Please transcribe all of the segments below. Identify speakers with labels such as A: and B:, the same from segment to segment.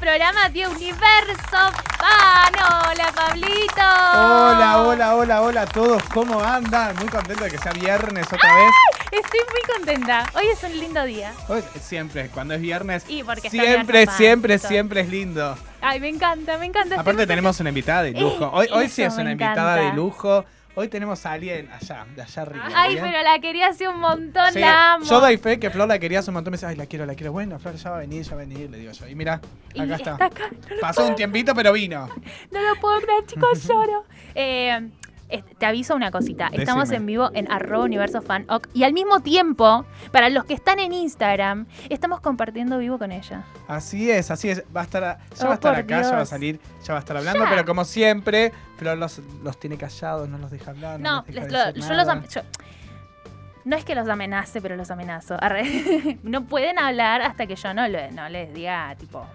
A: programa de Universo Pan. Hola, Pablito.
B: Hola,
A: Oh.
B: hola, hola, hola a todos. ¿Cómo andan? Muy contento de que sea viernes otra vez.
A: Estoy muy contenta. Hoy es un lindo día.
B: Hoy- siempre, cuando es viernes,
A: Y porque está
B: siempre,
A: viernes,
B: siempre,
A: Pablito.
B: siempre es lindo.
A: Ay, me encanta, me encanta. Estoy
B: Aparte
A: muy
B: tenemos una invitada de lujo. Hoy,
A: Eh,
B: hoy sí
A: eso
B: es
A: me
B: una invitada
A: encanta.
B: de lujo. Hoy tenemos a alguien allá, de allá arriba.
A: contenta. Ay,
B: ¿bien?
A: pero la quería hace un montón.
B: Sí,
A: La amo.
B: Yo doy fe que Flor la quería hace un montón. Me dice, ay, la quiero, la quiero. Bueno, Flor ya va a venir, ya va a venir, le digo yo. Y mira, acá
A: Y
B: está.
A: acá.
B: Pasó un tiempito, pero vino.
A: No lo puedo creer, chicos, lloro. Eh, es- te aviso una cosita. Estamos
B: Decime.
A: en vivo en arroba universo fan ok, y al mismo tiempo, para los que están en Instagram, estamos compartiendo vivo con ella.
B: Así es, así es. Va a estar, a- ya
A: Oh,
B: va a estar
A: por
B: acá, ya va a
A: Dios.
B: salir, ya va a estar hablando,
A: Ya.
B: pero como siempre, Flor los, los tiene callados, no los deja hablar. No,
A: No,
B: les deja
A: les- lo-
B: decir
A: yo los
B: nada.
A: am- yo- no es que los amenace, pero los amenazo. Arre. No pueden hablar hasta que yo no, le- no les diga, tipo,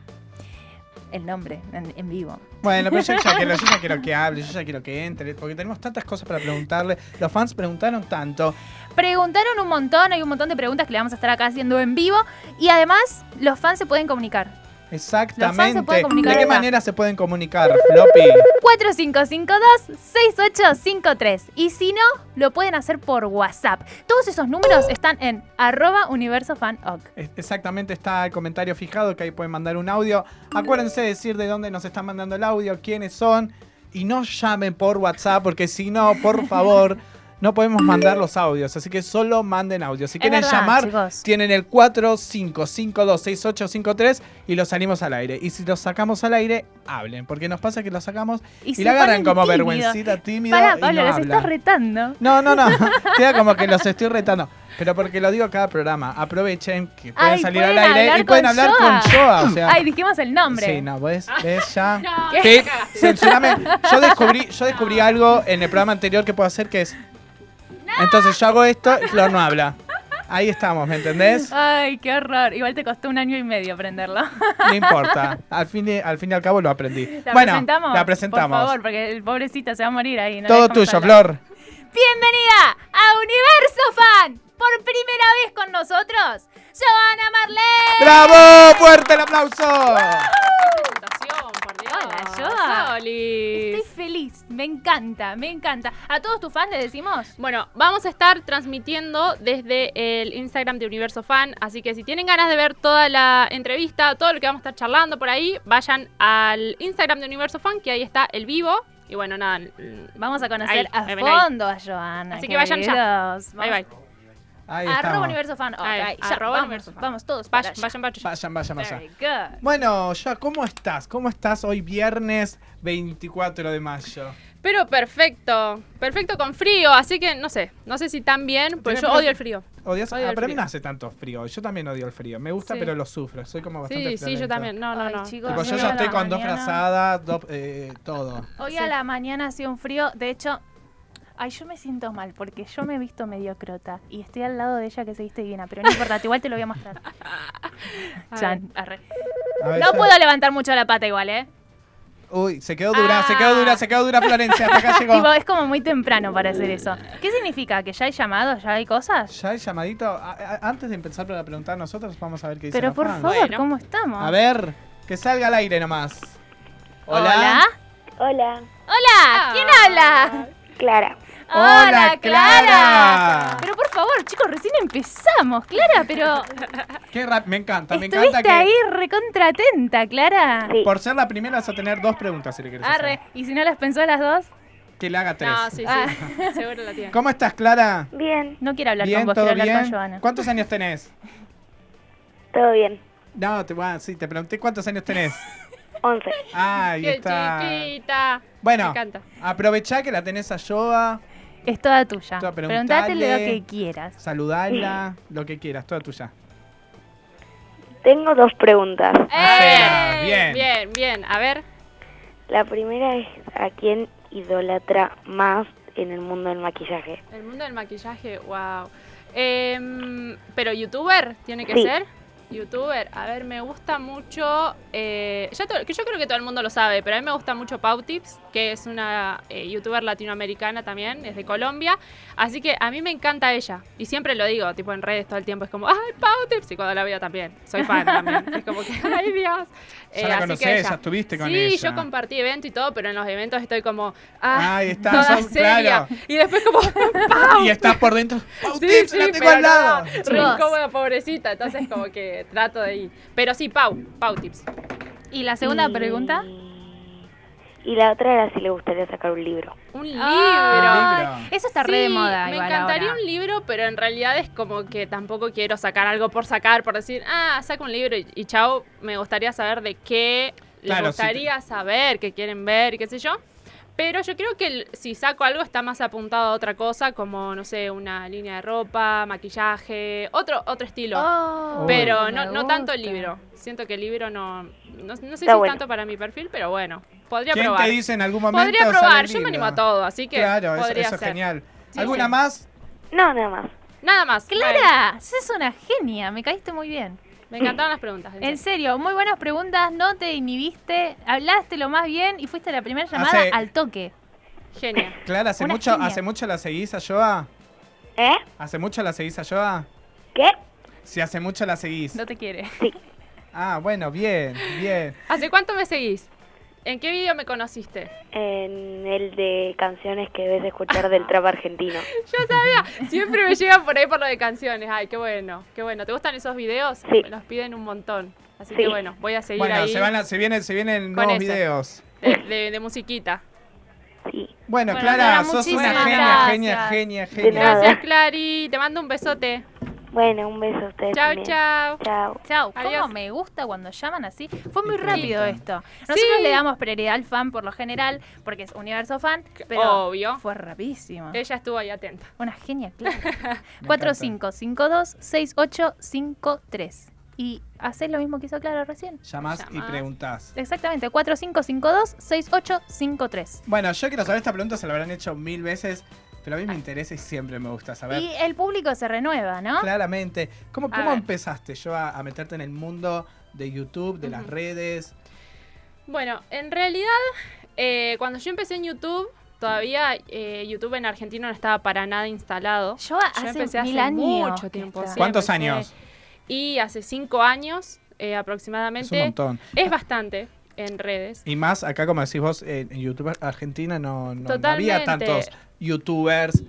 A: el nombre en, en vivo.
B: Bueno, pero yo ya, quiero, yo ya quiero que hable, yo ya quiero que entre, porque tenemos tantas cosas para preguntarle. Los fans preguntaron tanto.
A: Preguntaron un montón, hay un montón de preguntas que le vamos a estar acá haciendo en vivo. Y además, los fans se pueden comunicar.
B: Exactamente.
A: pueden comunicar
B: ¿De qué
A: acá.
B: manera se pueden comunicar, Floppy?
A: 4552-6853. Y si no, lo pueden hacer por WhatsApp. Todos esos números están en arroba universofanoc.
B: Es- Exactamente, está el comentario fijado que ahí pueden mandar un audio. Acuérdense de decir de dónde nos están mandando el audio, quiénes son. Y no llamen por WhatsApp, porque si no, por favor, no podemos mandar los audios. Así que solo manden audio. Si
A: Es
B: quieren
A: verdad,
B: llamar,
A: chicos.
B: tienen el 45526853 y lo salimos al aire. Y si lo sacamos al aire, hablen. Porque nos pasa que lo sacamos y,
A: se
B: la agarran
A: ponen
B: como
A: tímidos.
B: vergüencita, tímida.
A: Pará,
B: y
A: Pablo,
B: no
A: los
B: hablan.
A: estás retando.
B: No, no, no. Queda como que los estoy retando. Pero porque lo digo a cada programa. Aprovechen que pueden
A: Ay,
B: salir
A: pueden
B: al aire
A: hablar
B: y pueden
A: con
B: hablar
A: Joa.
B: con Joa. O sea,
A: Ay, dijimos el nombre.
B: sí, no, ves, ves ya.
C: No,
B: Sí,
C: la cagaste.
B: censurame. Yo descubrí, yo descubrí algo en el programa anterior que puedo hacer que es. Entonces yo hago esto y Flor no habla. Ahí estamos, ¿me entendés?
A: Ay, qué horror. Igual te costó un año y medio aprenderlo.
B: No importa. Al fin y al, fin y al cabo lo aprendí.
A: ¿La
B: bueno,
A: presentamos?
B: la presentamos.
A: Por favor, porque el pobrecito se va a morir ahí. no
B: Todo
A: le dejamos
B: tuyo,
A: hablar.
B: Flor.
A: Bienvenida a Universo Fan. Por primera vez con nosotros, Joana Marley.
B: ¡Bravo! ¡Fuerte el aplauso!
C: Presentación, por Dios.
A: Hola, Joa.
C: Solis.
A: Estoy feliz, me encanta, me encanta. A todos tus fans les decimos.
C: Bueno, vamos a estar transmitiendo desde el Instagram de Universo Fan, así que si tienen ganas de ver toda la entrevista, todo lo que vamos a estar charlando por ahí, vayan al Instagram de Universo Fan, que ahí está el vivo. Y bueno, nada, l-
A: Vamos a conocer
C: Ahí,
A: a
C: ahí ven, ahí.
A: fondo a Joana.
C: Así que vayan ya.
A: queridos.
C: bye
A: Vamos.
C: bye.
B: Ahí
A: Arroba
B: estamos.
A: Universo Fan. Ok,
C: Ahí,
A: ya,
C: arroba
A: vamos,
C: Universo Fan.
A: vamos todos para
C: Vayan,
A: allá.
C: vayan, vayan.
B: Vayan, vayan, vayan.
A: Very good.
B: Bueno, ya, ¿cómo estás? ¿Cómo estás hoy viernes 24 de mayo?
C: Pero perfecto, perfecto con frío, así que no sé, no sé si tan bien,
B: Tiene
C: pues yo
B: frío.
C: odio el frío.
B: ¿Odias?
C: Odio
B: Ah,
C: el
B: pero a mí
C: frío.
B: no hace tanto frío. Yo también odio el frío. Me gusta,
C: Sí.
B: pero lo sufro. Soy como bastante
C: Sí, sí, yo
B: friolento.
C: también. No, no,
A: Ay,
C: no.
A: chicos,
B: Tipo, yo
A: Hoy
B: ya
A: a
B: estoy
A: la
B: con dos
A: mañana.
B: frazadas, dos, eh, todo.
A: Hoy
C: Sí.
A: a la mañana hacía un frío, de hecho, ay, yo me siento mal porque yo me he visto medio crota y estoy al lado de ella que se viste divina, pero no importa, igual te lo voy a mostrar. Chan, arre.
B: A ver,
A: No
B: ya-
A: puedo levantar mucho la pata igual, ¿eh?
B: Uy, se quedó dura, se quedó
C: Ah.
B: dura, se quedó dura Florencia. Hasta acá llegó.
A: Tipo, es como muy temprano para hacer eso. ¿Qué significa? ¿Que ya hay llamados? ¿Ya hay cosas?
B: Ya el llamadito, a- a- antes de empezar para preguntar nosotros, vamos a ver qué dice.
A: Pero por favor,
C: Bueno.
A: ¿cómo estamos?
B: A ver, que salga al aire nomás.
A: Hola.
D: Hola,
A: Hola, ¿quién
C: Ah.
A: habla?
D: Clara.
B: Hola, Clara.
A: Pero por favor, chicos, recién empezamos, Clara, pero
B: Qué rap, me encanta, me encanta
A: estuviste
B: que
A: ahí recontratenta, Clara.
D: Sí.
B: por ser la primera vas a tener dos preguntas si le quieres
A: Arre, ¿y si no las pensó a las dos?
B: Que le haga tres.
C: No, sí,
A: Ah.
C: sí, seguro la tiene.
B: ¿Cómo estás, Clara?
D: Bien,
A: No quiero hablar
B: bien,
A: con vos,
B: todo
A: quiero hablar
B: bien.
A: con Joana.
B: ¿Cuántos años tenés?
D: todo bien.
B: No, te, bueno, sí, te pregunté cuántos años tenés.
D: 11.
B: Ah, ahí
C: Qué
B: está.
C: chiquita. Me
B: Bueno,
C: encanta.
B: aprovechá que la tenés a Yoa,
A: Es toda tuya.
B: Toda
A: Preguntátele lo
B: preguntale.
A: que quieras.
B: saludala, lo que quieras, toda tuya.
D: Tengo dos preguntas.
B: Hacela, Ah, bien.
C: bien, bien. A ver.
D: La primera es a quién idolatra más en el mundo del maquillaje.
C: El mundo del maquillaje, wow. Em, pero youtuber tiene que
D: Sí.
C: ser. Youtuber, a ver, me gusta mucho. eh, ya to- que yo creo que todo el mundo lo sabe, pero a mí me gusta mucho Pautips, que es una eh, youtuber latinoamericana también, es de Colombia. Así que a mí me encanta ella. Y siempre lo digo, tipo en redes todo el tiempo, es como, ¡ay, Pautips! Y cuando la veo también, soy fan también. Es como que, ¡ay,
B: Ya
C: Dios! Eh,
B: la
C: así
B: conocés,
C: que
B: ya estuviste con
C: sí,
B: ella.
C: yo compartí evento y todo, pero en los eventos estoy como, ¡ah!
B: Ahí está,
C: toda
B: sos-
C: seria.
B: claro.
C: Y después como,
B: Y estás por dentro. ¡Pau
C: Sí,
B: Tips,
C: sí,
B: la tengo
C: pero
B: al lado!
C: no,
B: Sí.
C: re
A: Chicos.
C: incómoda, pobrecita. Entonces, como que trato de ir. Pero sí, Pau, Pau Tips.
A: Y la segunda
D: Y-
A: pregunta.
D: Y la otra era si le gustaría sacar un libro.
C: Un libro.
A: Ah,
B: libro.
A: Eso está re de
C: Sí,
A: moda.
C: Me
A: igual
C: encantaría
A: ahora.
C: un libro, pero en realidad es como que tampoco quiero sacar algo por sacar, por decir, ah, saco un libro y, y chao. Me gustaría saber de qué
B: Claro,
C: les
B: sí, te-
C: gustaría saber, qué quieren ver, y qué sé yo. Pero yo creo que el- si saco algo está más apuntado a otra cosa, como, no sé, una línea de ropa, maquillaje, otro, otro estilo.
A: Oh,
C: Pero
A: me
C: no, no tanto el
A: gusta.
C: libro. Siento que el libro no. No, no sé si
D: Está bueno.
C: es tanto para mi perfil, pero bueno. Podría
B: ¿Quién
C: probar.
B: te dice en algún momento?
C: podría
B: sale
C: probar.
B: el
C: Yo me animo
B: libro?
C: a todo, así que.
B: Claro, eso,
C: podría
B: eso es
C: ser.
B: genial.
C: Sí,
B: ¿Alguna
C: sí.
B: más?
D: No, nada más.
C: Nada más. Bueno,
A: Clara, sos una genia, me caíste muy bien.
C: me encantaron las preguntas. en
A: En
C: serio.
A: serio, muy buenas preguntas, no te inhibiste, hablaste lo más bien y fuiste la primera llamada
B: Hace-
A: al toque.
C: Genial.
B: Clara, ¿hace
A: Una
B: mucho,
A: genia.
B: ¿hace mucho la seguís a Joa?
D: ¿Eh?
B: ¿Hace mucho la seguís a Joa?
D: ¿Qué?
B: Sí, hace mucho la seguís.
A: No te quiere.
B: Ah, bueno, bien, bien.
C: ¿Hace cuánto me seguís? ¿En qué video me conociste?
D: En el de canciones que debes escuchar del trap argentino.
C: Yo sabía. Siempre me llegan por ahí por lo de canciones. Ay, qué bueno. Qué bueno. ¿Te gustan esos videos?
D: Sí.
C: Me los piden un montón. Así
D: Sí.
C: que bueno, voy a seguir
B: Bueno,
C: ahí
B: se, van a- se vienen, se vienen
C: Con
B: nuevos
C: ese.
B: videos.
C: de, de- de musiquita.
D: Sí.
B: Bueno,
A: Bueno,
B: Clara,
A: Clara,
B: sos una
A: muchísimas
B: genia, genia,
A: gracias.
B: genia,
D: De
B: genia.
D: nada.
C: Gracias, Clary. Te mando un besote.
D: Bueno, un beso a ustedes.
C: Chao,
D: también.
C: chao.
D: Chao.
A: Chao, ¿cómo
C: Adiós.
A: me gusta cuando llaman así? Fue muy
B: Sí.
A: rápido esto. Nosotros le damos prioridad al fan por lo general, porque es universo fan, pero
C: Obvio.
A: fue rapidísimo.
C: Ella estuvo ahí atenta.
A: Una genia, claro.
B: Me
A: 4552-6853. Y haces lo mismo que hizo Clara recién.
B: Llamás y
C: Llamás.
B: preguntás.
A: Exactamente, 4552-6853.
B: Bueno, yo quiero saber, esta pregunta se la habrán hecho mil veces, pero a mí me interesa y siempre me gusta saber.
A: Y el público se renueva, ¿no?
B: Claramente. ¿Cómo,
C: A
B: cómo
C: ver.
B: empezaste yo a, a meterte en el mundo de YouTube, de las
C: Ujú.
B: redes?
C: Bueno, en realidad, eh, cuando yo empecé en YouTube, todavía eh, YouTube en Argentina no estaba para nada instalado.
A: Yo hace mil años
C: mucho
A: que
C: tiempo.
A: está.
C: sí,
B: ¿Cuántos
C: empecé.
B: años?
C: Y hace cinco años eh,
B: Es un
C: aproximadamente.
B: montón.
C: Es bastante en redes.
B: Y más acá, como decís vos, en en YouTube Argentina no, no- no había
C: Totalmente.
B: tantos youtubers.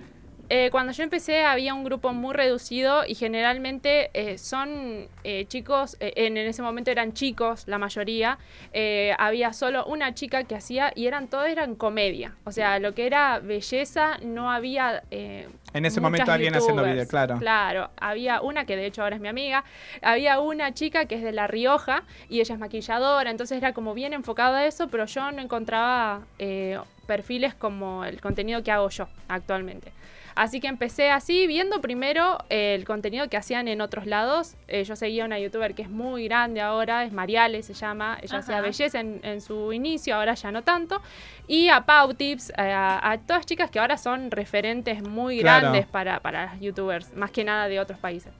C: Eh, cuando yo empecé había un grupo muy reducido y generalmente eh, son eh, chicos, eh, en, en ese momento eran chicos la mayoría, eh, había solo una chica que hacía y eran todos eran comedia, o sea, lo que era belleza no había... eh,
B: En ese
C: muchas
B: momento alguien haciendo
C: youtubers.
B: video, claro.
C: Claro, había una que de hecho ahora es mi amiga, había una chica que es de La Rioja y ella es maquilladora, entonces era como bien enfocado a eso, pero yo no encontraba eh, perfiles como el contenido que hago yo actualmente. Así que empecé así, viendo primero eh, el contenido que hacían en otros lados. Eh, yo seguía una youtuber que es muy grande ahora, es Mariale, se llama. Ella hacía
A: Ajá.
C: belleza en, en su inicio, ahora ya no tanto. Y a Pau Tips, eh, a, a todas chicas que ahora son referentes muy
B: Claro.
C: grandes para, para las youtubers, más que nada de otros países.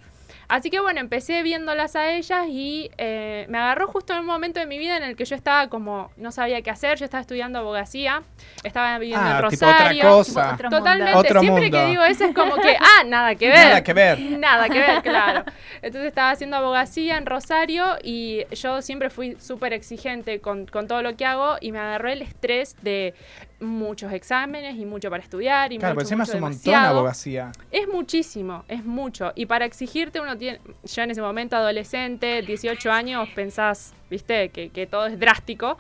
C: Así que bueno, empecé viéndolas a ellas y eh, me agarró justo en un momento de mi vida en el que yo estaba como, no sabía qué hacer, yo estaba estudiando abogacía, estaba viviendo en
B: Ah, tipo
C: Rosario.
B: otra cosa.
A: Otro mundo.
C: Totalmente,
B: Otro
C: siempre que
B: mundo.
C: digo eso es como que, ah, nada que ver.
B: Nada que ver.
C: Nada que ver, claro. Entonces estaba haciendo abogacía en Rosario y yo siempre fui súper exigente con, con todo lo que hago y me agarró el estrés de muchos exámenes y mucho para estudiar y
B: Claro,
C: mucho,
B: porque encima es
C: mucho,
B: un montón
C: demasiado.
B: abogacía.
C: Es muchísimo, es mucho. Y para exigirte uno tiene, yo en ese momento adolescente, 18 años, pensás, viste, que, que todo es drástico.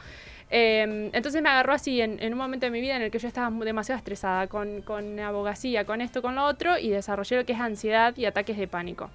C: Eh, entonces me agarró así en, en un momento de mi vida en el que yo estaba mu- demasiado estresada con, con abogacía, con esto, con lo otro, y desarrollé lo que es ansiedad y ataques de pánico.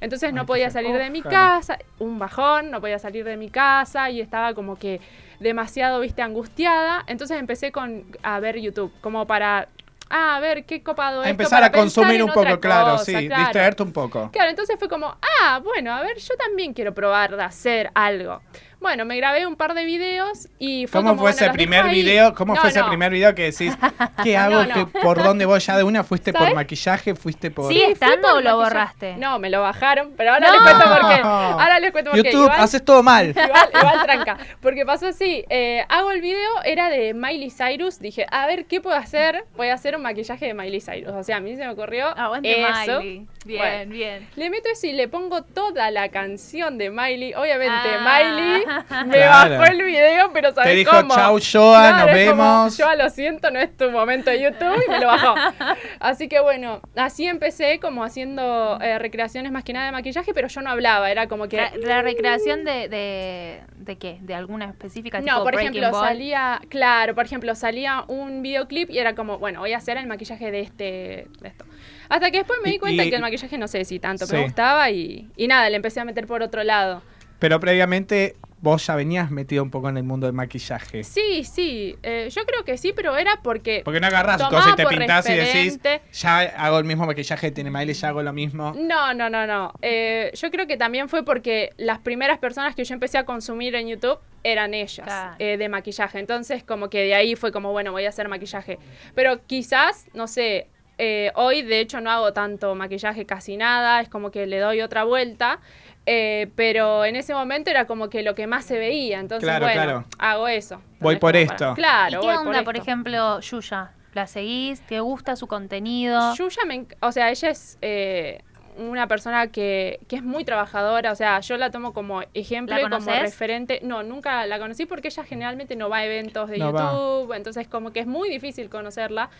C: Entonces
B: Ay,
C: no
B: qué
C: podía
B: feo.
C: salir de mi
B: Claro.
C: casa, un bajón, no podía salir de mi casa y estaba como que demasiado, viste, angustiada. Entonces empecé con, a ver YouTube, como para, ah, a ver qué copado
B: A
C: esto
B: empezar
C: para
B: a consumir
C: pensar
B: un
C: en
B: poco,
C: otra
B: claro,
C: cosa,
B: sí.
C: claro.
B: Distraerte un poco.
C: Claro, entonces fue como, ah, bueno, a ver, yo también quiero probar de hacer algo. Bueno, me grabé un par de videos y fue
B: ¿Cómo
C: como,
B: fue
C: bueno,
B: ese
C: los
B: primer
C: dejo ahí.
B: video? ¿Cómo
C: No,
B: fue ese
C: no.
B: primer video que decís, ¿qué hago?
C: No, no.
B: ¿Qué- ¿Por dónde voy ya de una? ¿Fuiste por
C: ¿Sabes?
B: maquillaje? ¿Fuiste por.?
A: ¿Sigue
C: Sí, fue
A: estando
C: por
A: o lo
C: maquillaje.
A: borraste?
C: No, me lo bajaron, pero ahora
A: No.
C: les cuento por qué. Ahora les cuento por qué.
B: YouTube,
C: Igual-
B: haces todo mal.
C: Igual, igual tranca. Porque pasó así. eh, hago el video, era de Miley Cyrus. Dije, a ver, ¿qué puedo hacer? Voy a hacer un maquillaje de Miley Cyrus. O sea, a mí se me ocurrió
A: Aguante,
C: eso.
A: Miley. Bien,
C: Bueno.
A: bien.
C: Le meto eso y le pongo toda la canción de Miley. Obviamente,
A: Ah.
C: Miley me
B: Claro.
C: bajó el video, pero ¿sabes
B: Te dijo,
C: cómo?
B: chau, Joa,
C: Claro,
B: nos
C: es como,
B: vemos.
C: Joa, lo siento, no es tu momento de YouTube y me lo bajó. Así que bueno, así empecé como haciendo eh, recreaciones más que nada de maquillaje, pero yo no hablaba. Era como que...
A: La, la recreación de, de, de qué? ¿De alguna específica?
C: No,
A: tipo
C: por
A: Breaking
C: ejemplo,
A: Ball?
C: salía, claro, por ejemplo, salía un videoclip y era como, bueno, voy a hacer el maquillaje de este, de esto. Hasta que después me
B: Y-
C: di cuenta
B: y-
C: que el maquillaje no sé si tanto
B: Sí.
C: me gustaba y, y nada, le empecé a meter por otro lado.
B: Pero previamente vos ya venías metido un poco en el mundo del maquillaje.
C: Sí, sí, eh, yo creo que sí, pero era porque...
B: Porque no agarrás
C: Tomaba
B: cosas y te
C: por
B: pintás y decís,
C: referente.
B: ya hago el mismo maquillaje que tiene Miley, ya hago lo mismo.
C: No, no, no, no. Eh, yo creo que también fue porque las primeras personas que yo empecé a consumir en YouTube eran ellas
A: Claro.
C: eh, de maquillaje. Entonces, como que de ahí fue como, bueno, voy a hacer maquillaje. Pero quizás, no sé, eh, hoy de hecho no hago tanto maquillaje, casi nada, es como que le doy otra vuelta. eh, pero en ese momento era como que lo que más se veía. Entonces,
B: Claro,
C: bueno,
B: claro.
C: hago eso.
B: Voy por
C: Entonces, como para-
B: esto.
A: ¿Y
C: Claro,
A: qué
C: voy
A: onda, por,
C: esto.
A: ejemplo, Yuya? ¿La seguís? ¿Te gusta su contenido?
C: Yuya, me enc- o sea, ella es eh, una persona que, que es muy trabajadora, o sea, yo la tomo como ejemplo
A: ¿La
C: y como
A: conoces?
C: referente. No, nunca la conocí porque ella generalmente no va a eventos de
B: No va.
C: YouTube, entonces como que es muy difícil conocerla,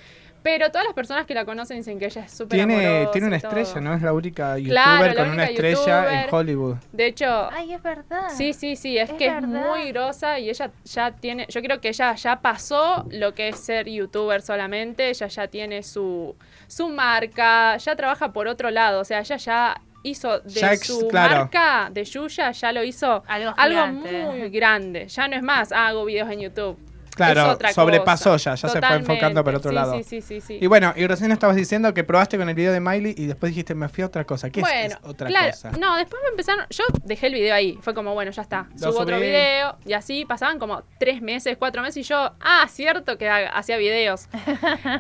C: pero todas las personas que la conocen dicen que ella es súper
B: Tiene,
C: amorosa
B: tiene una
C: y todo.
B: estrella, ¿no? Es la única youtuber
C: Claro, la
B: con una
C: única
B: estrella en
C: youtuber.
B: Hollywood.
C: De hecho,
A: Ay, es verdad.
C: Sí, sí, sí, es,
A: Es
C: que es
A: verdad.
C: muy grosa y ella ya tiene, yo creo que ella ya pasó lo que es ser youtuber solamente, ella ya tiene su, su marca, ya trabaja por otro lado, o sea, ella ya hizo de
B: Ya ex-
C: su
B: claro.
C: marca de Yuya, ya lo hizo
A: Algo,
C: algo
A: gigante.
C: muy grande, ya no es más, ah, hago videos en YouTube.
B: Claro,
C: es otra
B: sobrepasó ya,
C: cosa.
B: ya se fue enfocando por
C: Totalmente.
B: otro
C: Sí,
B: lado.
C: Sí, sí, sí, sí.
B: Y bueno, y recién estabas diciendo que probaste con el video de Miley y después dijiste, me fui a otra cosa. ¿Qué es-
C: bueno,
B: es, otra
C: claro,
B: cosa?
C: No, después me empezaron. Yo dejé el video ahí. Fue como, bueno, ya está.
B: Lo
C: Subo otro
B: subí.
C: video. Y así pasaban como tres meses, cuatro meses. Y yo, ah, cierto que ha- hacía videos.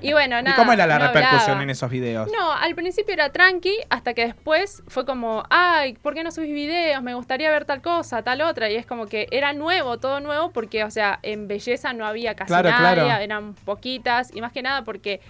C: Y bueno, nada.
B: ¿Y cómo era la
C: no
B: repercusión
C: hablaba.
B: en esos videos?
C: No, al principio era tranqui, hasta que después fue como, ay, ¿por qué no subís videos? Me gustaría ver tal cosa, tal otra. Y es como que era nuevo, todo nuevo, porque, o sea, en belleza no había casi
B: Claro,
C: nada,
B: claro.
C: eran poquitas. Y más que nada porque,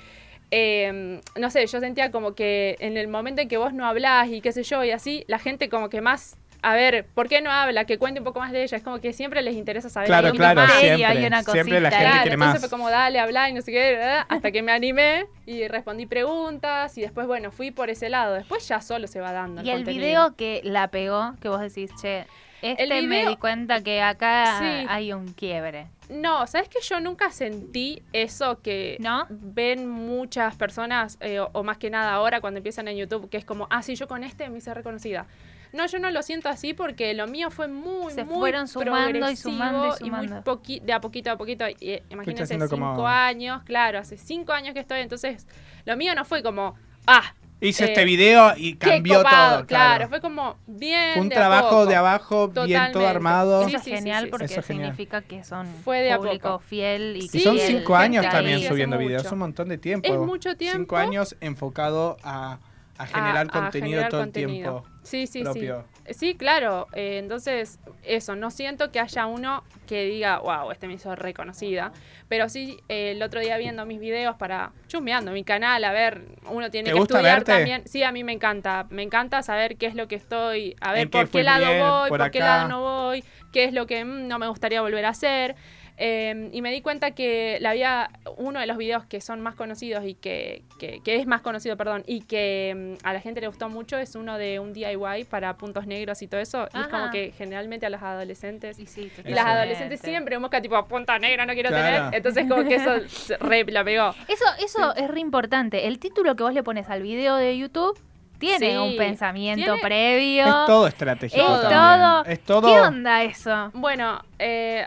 C: eh, no sé, yo sentía como que en el momento en que vos no hablás y qué sé yo, y así, la gente como que más... A ver, ¿por qué no habla? Que cuente un poco más de ella. Es como que siempre les interesa saber
B: Claro,
C: algo
B: claro,
C: más.
A: Hay
B: siempre.
A: una
B: siempre la
A: cosita.
B: gente
C: Claro,
B: quiere
C: entonces
B: más.
C: fue como dale, habla y no sé qué, ¿verdad? hasta que me animé y respondí preguntas y después, bueno, fui por ese lado. Después ya solo se va dando.
A: Y el
C: contenido.
A: video que la pegó, que vos decís, che, este
C: El
A: me
C: video-
A: di cuenta que acá
C: Sí.
A: hay un quiebre.
C: No, ¿sabes que yo nunca sentí eso que
A: ¿No?
C: ven muchas personas, eh, o, o más que nada ahora cuando empiezan en YouTube, que es como, ah, sí, yo con este me hice reconocida? No, yo no lo siento así porque lo mío fue muy,
A: Se
C: muy
A: fueron sumando y sumando y
C: progresivo
A: sumando.
C: muy poqui- de a poquito a poquito. Y, eh, imagínense,
B: haciendo
C: cinco
B: como-
C: años, claro, hace cinco años que estoy, entonces lo mío no fue como, ah,
B: Hice
C: eh,
B: este video y
C: qué
B: cambió
C: copado,
B: todo,
C: claro.
B: claro.
C: Fue como, bien.
B: Fue un
C: de a
B: trabajo
C: poco.
B: de abajo, bien todo
C: Totalmente.
B: armado.
C: Sí,
A: Eso es
C: sí, sí,
A: genial
C: sí.
A: porque
B: Eso es genial.
A: significa que son
C: Fue de a
A: público
C: poco.
A: fiel y
C: Sí,
B: y son
A: fiel,
B: cinco
A: que
B: años
A: está
B: también
A: ahí.
C: hace
B: subiendo
C: mucho.
B: videos, un montón de tiempo.
C: Es mucho tiempo.
B: Cinco años enfocado a, a generar
C: Ah, a- a
B: contenido
C: generar
B: todo
C: contenido.
B: el tiempo.
C: Sí, sí,
B: propio.
C: sí. Sí, claro. eh, entonces, eso, no siento que haya uno que diga, wow, este me hizo reconocida. Pero sí, eh, el otro día viendo mis videos para chusmeando mi canal, a ver, uno tiene
B: ¿Te
C: que
B: gusta
C: estudiar
B: verte?
C: también. Sí, a mí me encanta. Me encanta saber qué es lo que estoy, a ver,
B: En qué
C: por
B: fui
C: qué lado
B: bien,
C: voy,
B: por
C: por, qué
B: acá.
C: lado no voy, qué es lo que mm, no me gustaría volver a hacer. Eh, y me di cuenta que la había uno de los videos que son más conocidos y que, que- que es más conocido, perdón, y que mm, a la gente le gustó mucho es uno de un DIY para puntos negros y todo eso. Y es
A: Ajá.
C: como que generalmente a los adolescentes
A: Y, sí,
C: y las
A: totalmente.
C: adolescentes siempre buscan tipo punta negra, no quiero
B: Claro.
C: tener. Entonces como que eso se re la pegó.
A: Eso, eso es re importante. El título que vos le pones al video de YouTube tiene
C: Sí,
A: un pensamiento
C: tiene-
A: previo.
B: Es todo estratégico.
A: Es
B: también.
A: todo.
B: Es todo.
A: ¿Qué onda eso?
C: Bueno, eh,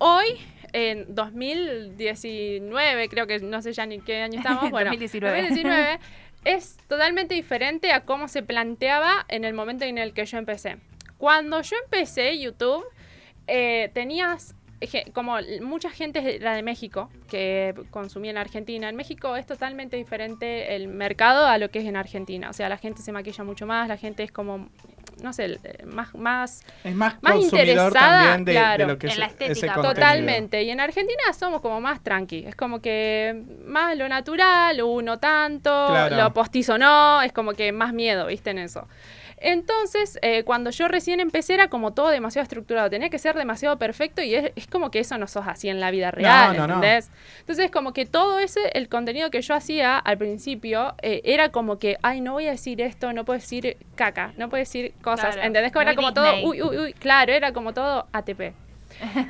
C: hoy, en 2019, creo que no sé ya ni qué año estamos, bueno,
A: 2019.
C: 2019, es totalmente diferente a cómo se planteaba en el momento en el que yo empecé. Cuando yo empecé YouTube, eh, tenías ge- como l- mucha gente era de México que consumía en Argentina. En México es totalmente diferente el mercado a lo que es en Argentina. O sea, la gente se maquilla mucho más, la gente es como, no sé, l- eh, más, más
B: Es más,
C: Más
B: consumidor
C: interesada,
B: también de,
C: claro,
B: de lo que
A: en
B: es
A: la
B: ese
A: estética,
B: contenido.
C: Totalmente. Y en Argentina somos como más tranqui. Es como que más lo natural, uno tanto,
B: Claro.
C: lo postizo no, es como que más miedo, viste, en eso. Entonces, eh, cuando yo recién empecé era como todo demasiado estructurado, tenía que ser demasiado perfecto y es, es como que eso no sos así en la vida real,
B: no, no.
C: ¿entendés? Entonces, como que todo ese, el contenido que yo hacía al principio eh, era como que, ay, no voy a decir esto, no puedo decir caca, no puedo decir cosas,
A: Claro,
C: ¿entendés? Como era
A: muy
C: como
A: Disney.
C: todo, uy, uy, uy, claro, era como todo ATP.